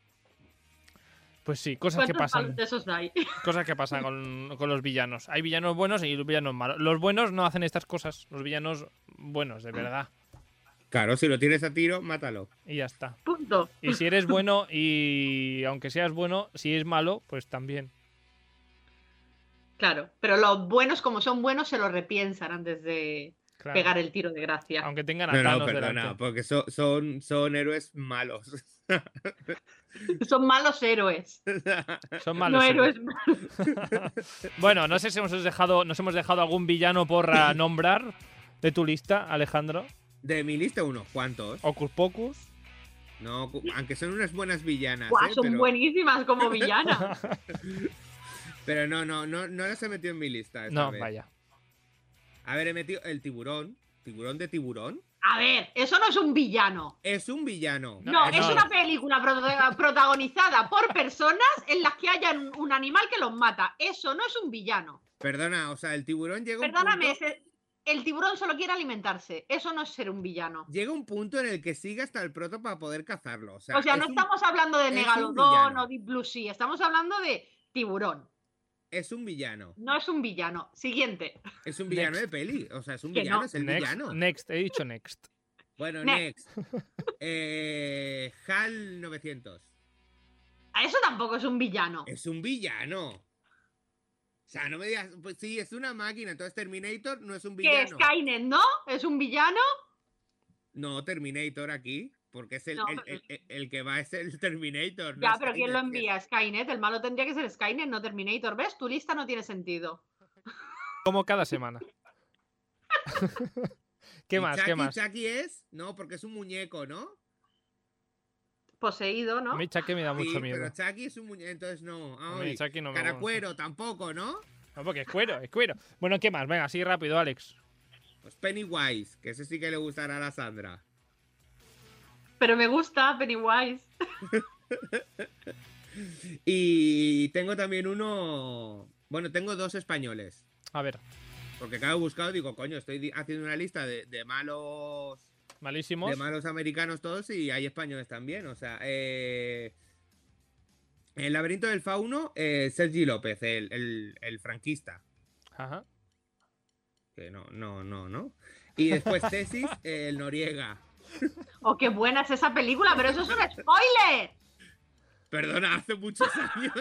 Speaker 2: Pues sí, cosas que
Speaker 3: ¿Cuántos
Speaker 2: pasan.
Speaker 3: palos de esos hay?
Speaker 2: Cosas que pasan con, con los villanos. Hay villanos buenos y villanos malos. Los buenos no hacen estas cosas. Los villanos buenos,
Speaker 3: Mm.
Speaker 2: de verdad.
Speaker 1: Claro, si lo tienes a tiro, mátalo.
Speaker 2: Y ya está.
Speaker 3: *laughs* Punto. *laughs*
Speaker 2: Y si eres bueno y aunque seas bueno, si es malo, pues también.
Speaker 3: Claro, pero los buenos, como son buenos, se lo repiensan antes de
Speaker 2: Claro.
Speaker 3: pegar el tiro de gracia.
Speaker 2: Aunque tengan a
Speaker 1: No, no,
Speaker 2: Thanos
Speaker 1: perdona,
Speaker 2: delante.
Speaker 1: porque so- son, son héroes malos.
Speaker 3: *laughs*
Speaker 1: *laughs*
Speaker 3: Son malos héroes.
Speaker 2: Son malos.
Speaker 3: no
Speaker 2: héroes.
Speaker 3: héroes malos.
Speaker 2: Bueno, no sé si hemos dejado, nos hemos dejado algún villano por
Speaker 1: *laughs*
Speaker 2: ah, nombrar de tu lista, Alejandro.
Speaker 1: De mi lista, unos cuantos.
Speaker 2: Ocus Pocus.
Speaker 1: No, cu- aunque son unas buenas villanas.
Speaker 3: Guau,
Speaker 1: ¿eh?
Speaker 3: son
Speaker 1: pero,
Speaker 3: buenísimas
Speaker 2: *laughs*
Speaker 3: como villanas.
Speaker 1: pero no, no, no, no las he metido en mi lista. esta
Speaker 2: No,
Speaker 1: vez.
Speaker 2: vaya.
Speaker 1: A ver, he metido el tiburón. ¿Tiburón de tiburón?
Speaker 3: A ver, eso no es un villano.
Speaker 1: Es un villano.
Speaker 3: No,
Speaker 2: eh,
Speaker 3: es
Speaker 2: no.
Speaker 3: una película prota- protagonizada por personas en las que haya un- un animal que los mata. Eso no es un villano.
Speaker 1: Perdona, o sea, el tiburón llega a un
Speaker 3: Perdóname,
Speaker 1: punto-
Speaker 3: ese- el tiburón solo quiere alimentarse. Eso no es ser un villano.
Speaker 1: llega un punto en el que sigue hasta el proto para poder cazarlo. O sea,
Speaker 3: O sea, no
Speaker 1: es un-
Speaker 3: estamos hablando de
Speaker 1: es un
Speaker 3: Megalodón
Speaker 1: villano.
Speaker 3: o Deep Blue Sea, estamos hablando de tiburón.
Speaker 1: Es un villano.
Speaker 3: No es un villano. Siguiente.
Speaker 1: Es un villano
Speaker 2: Next.
Speaker 1: de peli. O sea, es un
Speaker 3: Que
Speaker 1: villano,
Speaker 3: no.
Speaker 1: es el
Speaker 2: next,
Speaker 1: villano.
Speaker 2: next, he dicho next.
Speaker 1: Bueno,
Speaker 3: Next.
Speaker 1: next. Eh, HAL 900.
Speaker 3: A Eso tampoco es un villano.
Speaker 1: Es un villano. O sea, no me digas. Pues sí, es una máquina. Entonces Terminator no es un
Speaker 3: Que
Speaker 1: villano.
Speaker 3: Skynet, ¿no? ¿Es un villano?
Speaker 1: No, Terminator aquí. Porque es el,
Speaker 3: No,
Speaker 1: el-
Speaker 3: pero-
Speaker 1: el- el- el que va es el Terminator. no
Speaker 3: ya,
Speaker 1: es
Speaker 3: pero ¿quién lo
Speaker 1: Skynet, que-
Speaker 3: envía? Skynet. El malo tendría que ser Skynet, no Terminator. ¿Ves? Tu lista no tiene sentido.
Speaker 2: Como cada semana. *laughs* ¿Qué
Speaker 1: ¿Y
Speaker 2: más? ¿Qué
Speaker 1: Chucky?
Speaker 2: más?
Speaker 1: ¿Chucky es? No, porque es un muñeco, ¿no?
Speaker 3: Poseído, ¿no?
Speaker 2: A mí Chucky me da
Speaker 1: Sí,
Speaker 2: mucho miedo.
Speaker 1: pero Chucky es un muñeco. Entonces no.
Speaker 2: A mí
Speaker 1: Ay,
Speaker 2: Chucky no me gusta.
Speaker 1: Caracuero tampoco, ¿no?
Speaker 2: No, porque es cuero, es cuero. Bueno, ¿qué más? Venga, así rápido, Alex.
Speaker 1: Pues Pennywise, que ese sí que le gustará a la Sandra.
Speaker 3: Pero me gusta Pennywise.
Speaker 1: Y tengo también uno. Bueno, tengo dos españoles.
Speaker 2: A ver,
Speaker 1: Porque cada buscado digo, coño, estoy di- haciendo una lista de, de malos.
Speaker 2: malísimos.
Speaker 1: De malos americanos todos y hay españoles también. O sea, eh, El laberinto del fauno, eh, Sergi López, el, el- el franquista.
Speaker 2: Ajá.
Speaker 1: Que no, no, no, no. Y después
Speaker 2: *laughs*
Speaker 1: Tesis, eh, el Noriega.
Speaker 3: Oh, qué buena es esa película, pero eso es un spoiler.
Speaker 1: Perdona, hace
Speaker 2: *laughs*
Speaker 1: muchos años.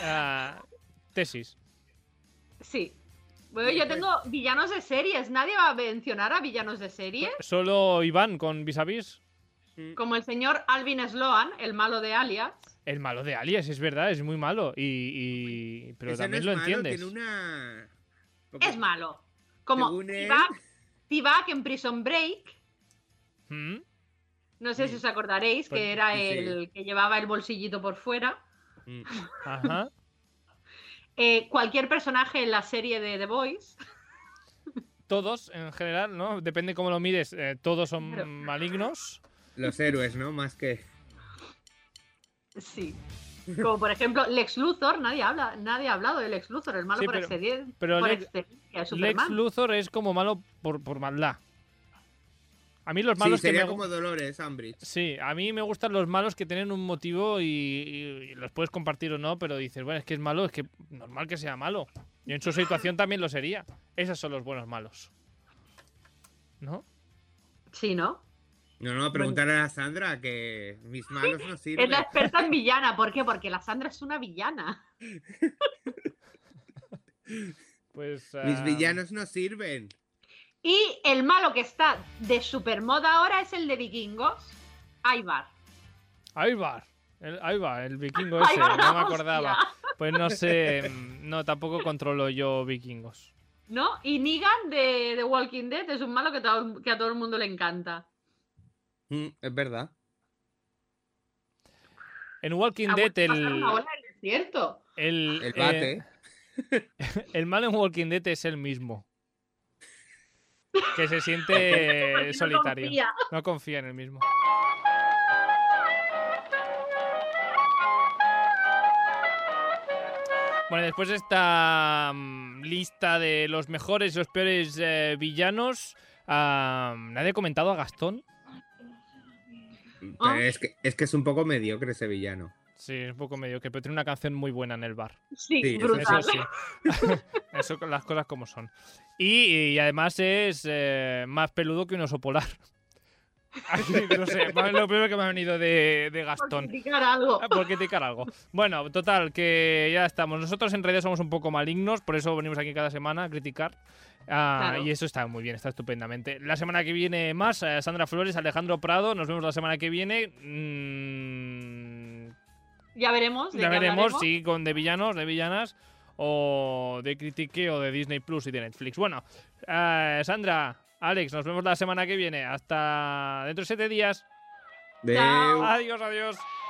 Speaker 2: Ah, tesis.
Speaker 3: Sí. Bueno, yo tengo villanos de series. Nadie va a mencionar a villanos de series.
Speaker 2: Solo Iván con vis a vis.
Speaker 3: Como el señor Alvin Sloan, el malo de Alias.
Speaker 2: El malo de Alias, es verdad, es muy malo. Y, y- Pero
Speaker 1: Ese no
Speaker 2: también
Speaker 1: es
Speaker 2: lo
Speaker 1: malo,
Speaker 2: entiendes.
Speaker 1: tiene una- porque-
Speaker 3: Es malo. Como
Speaker 1: Según él-
Speaker 3: Tibac Tibac en Prison Break.
Speaker 2: ¿Mm?
Speaker 3: No sé si
Speaker 1: Mm.
Speaker 3: os acordaréis
Speaker 2: Pues,
Speaker 3: que era
Speaker 1: sí.
Speaker 3: el que llevaba el bolsillito por fuera.
Speaker 1: Mm.
Speaker 2: Ajá.
Speaker 3: Eh, cualquier personaje en la serie de The Boys.
Speaker 2: Todos, en general, ¿no? Depende cómo lo mires, eh, todos son
Speaker 3: Claro.
Speaker 2: malignos.
Speaker 1: Los héroes, ¿no? Más que.
Speaker 3: Sí. Como por ejemplo Lex Luthor. Nadie habla, nadie ha hablado de Lex Luthor, el malo
Speaker 2: Sí,
Speaker 3: por,
Speaker 2: pero-
Speaker 3: excedi-
Speaker 2: pero
Speaker 3: por
Speaker 2: Lex-
Speaker 3: excelencia, es
Speaker 2: Lex
Speaker 3: Superman.
Speaker 2: Luthor es como malo por, por maldad. A mí los malos
Speaker 1: sí,
Speaker 2: que
Speaker 1: sería
Speaker 2: me... gu-
Speaker 1: como Dolores, Ambridge.
Speaker 2: Sí, a mí me gustan los malos que tienen un motivo y, y los puedes compartir o no, pero dices, bueno, es que es malo, es que normal que sea malo. Yo en su situación también lo sería. Esos son los buenos malos. ¿No?
Speaker 3: Sí, ¿no?
Speaker 1: No, no, preguntar a la Sandra que mis malos no
Speaker 3: Es la
Speaker 1: sirven.
Speaker 3: experta en villana. ¿Por qué? Porque la Sandra es una villana.
Speaker 2: Pues... ah,
Speaker 1: Mis villanos no sirven.
Speaker 3: Y el malo que está de supermoda ahora es el de vikingos, Ivar.
Speaker 2: Ahí va. El, ahí va, el vikingo
Speaker 3: Ahí
Speaker 2: ese,
Speaker 3: va la
Speaker 2: Pues no me
Speaker 3: hostia.
Speaker 2: acordaba. Pues no sé, mm, no, tampoco controlo yo vikingos.
Speaker 3: ¿No? Y Negan de The Walking Dead es un malo que, todo- que a todo el mundo le encanta.
Speaker 1: Mm, es verdad.
Speaker 2: En Walking
Speaker 3: Ha
Speaker 2: Dead,
Speaker 3: vuelto a pasar
Speaker 2: el,
Speaker 3: Ah, una ola en el desierto.
Speaker 2: el,
Speaker 1: El
Speaker 2: eh,
Speaker 1: bate.
Speaker 2: el malo en Walking Dead es el mismo. Que
Speaker 3: *laughs*
Speaker 2: se siente eh,
Speaker 3: No
Speaker 2: solitario.
Speaker 3: confía.
Speaker 2: No confía en el mismo. Bueno, después de esta mm, lista de los mejores y los peores eh, villanos, ah, nadie ha comentado a Gastón.
Speaker 1: Pero es, que, es que es un poco mediocre ese villano.
Speaker 2: Sí, es un poco mediocre, pero tiene una canción muy buena en el bar.
Speaker 3: Sí,
Speaker 1: Sí, eso
Speaker 3: brutal.
Speaker 2: Eso sí. Eso con las cosas como son. Y, y además es eh, más peludo que un oso polar. *laughs* Así que no sé, es lo primero que me ha venido de, de Gastón.
Speaker 3: criticar algo.
Speaker 2: Ah, Por criticar algo. Bueno, total, que ya estamos. Nosotros en redes somos un poco malignos, por eso venimos aquí cada semana a criticar. Ah,
Speaker 3: Claro.
Speaker 2: Y eso está muy bien, está estupendamente. La semana que viene más, eh, Sandra Flores, Alejandro Prado, nos vemos la semana que viene. Mm,
Speaker 3: Ya veremos. de
Speaker 2: ya
Speaker 3: qué
Speaker 2: veremos
Speaker 3: hablaremos.
Speaker 2: si con de villanos, de villanas, o de critique o de Disney Plus y de Netflix. Bueno, eh, Sandra, Alex, nos vemos la semana que viene. Hasta dentro de siete días.
Speaker 1: De...
Speaker 2: Adiós, adiós.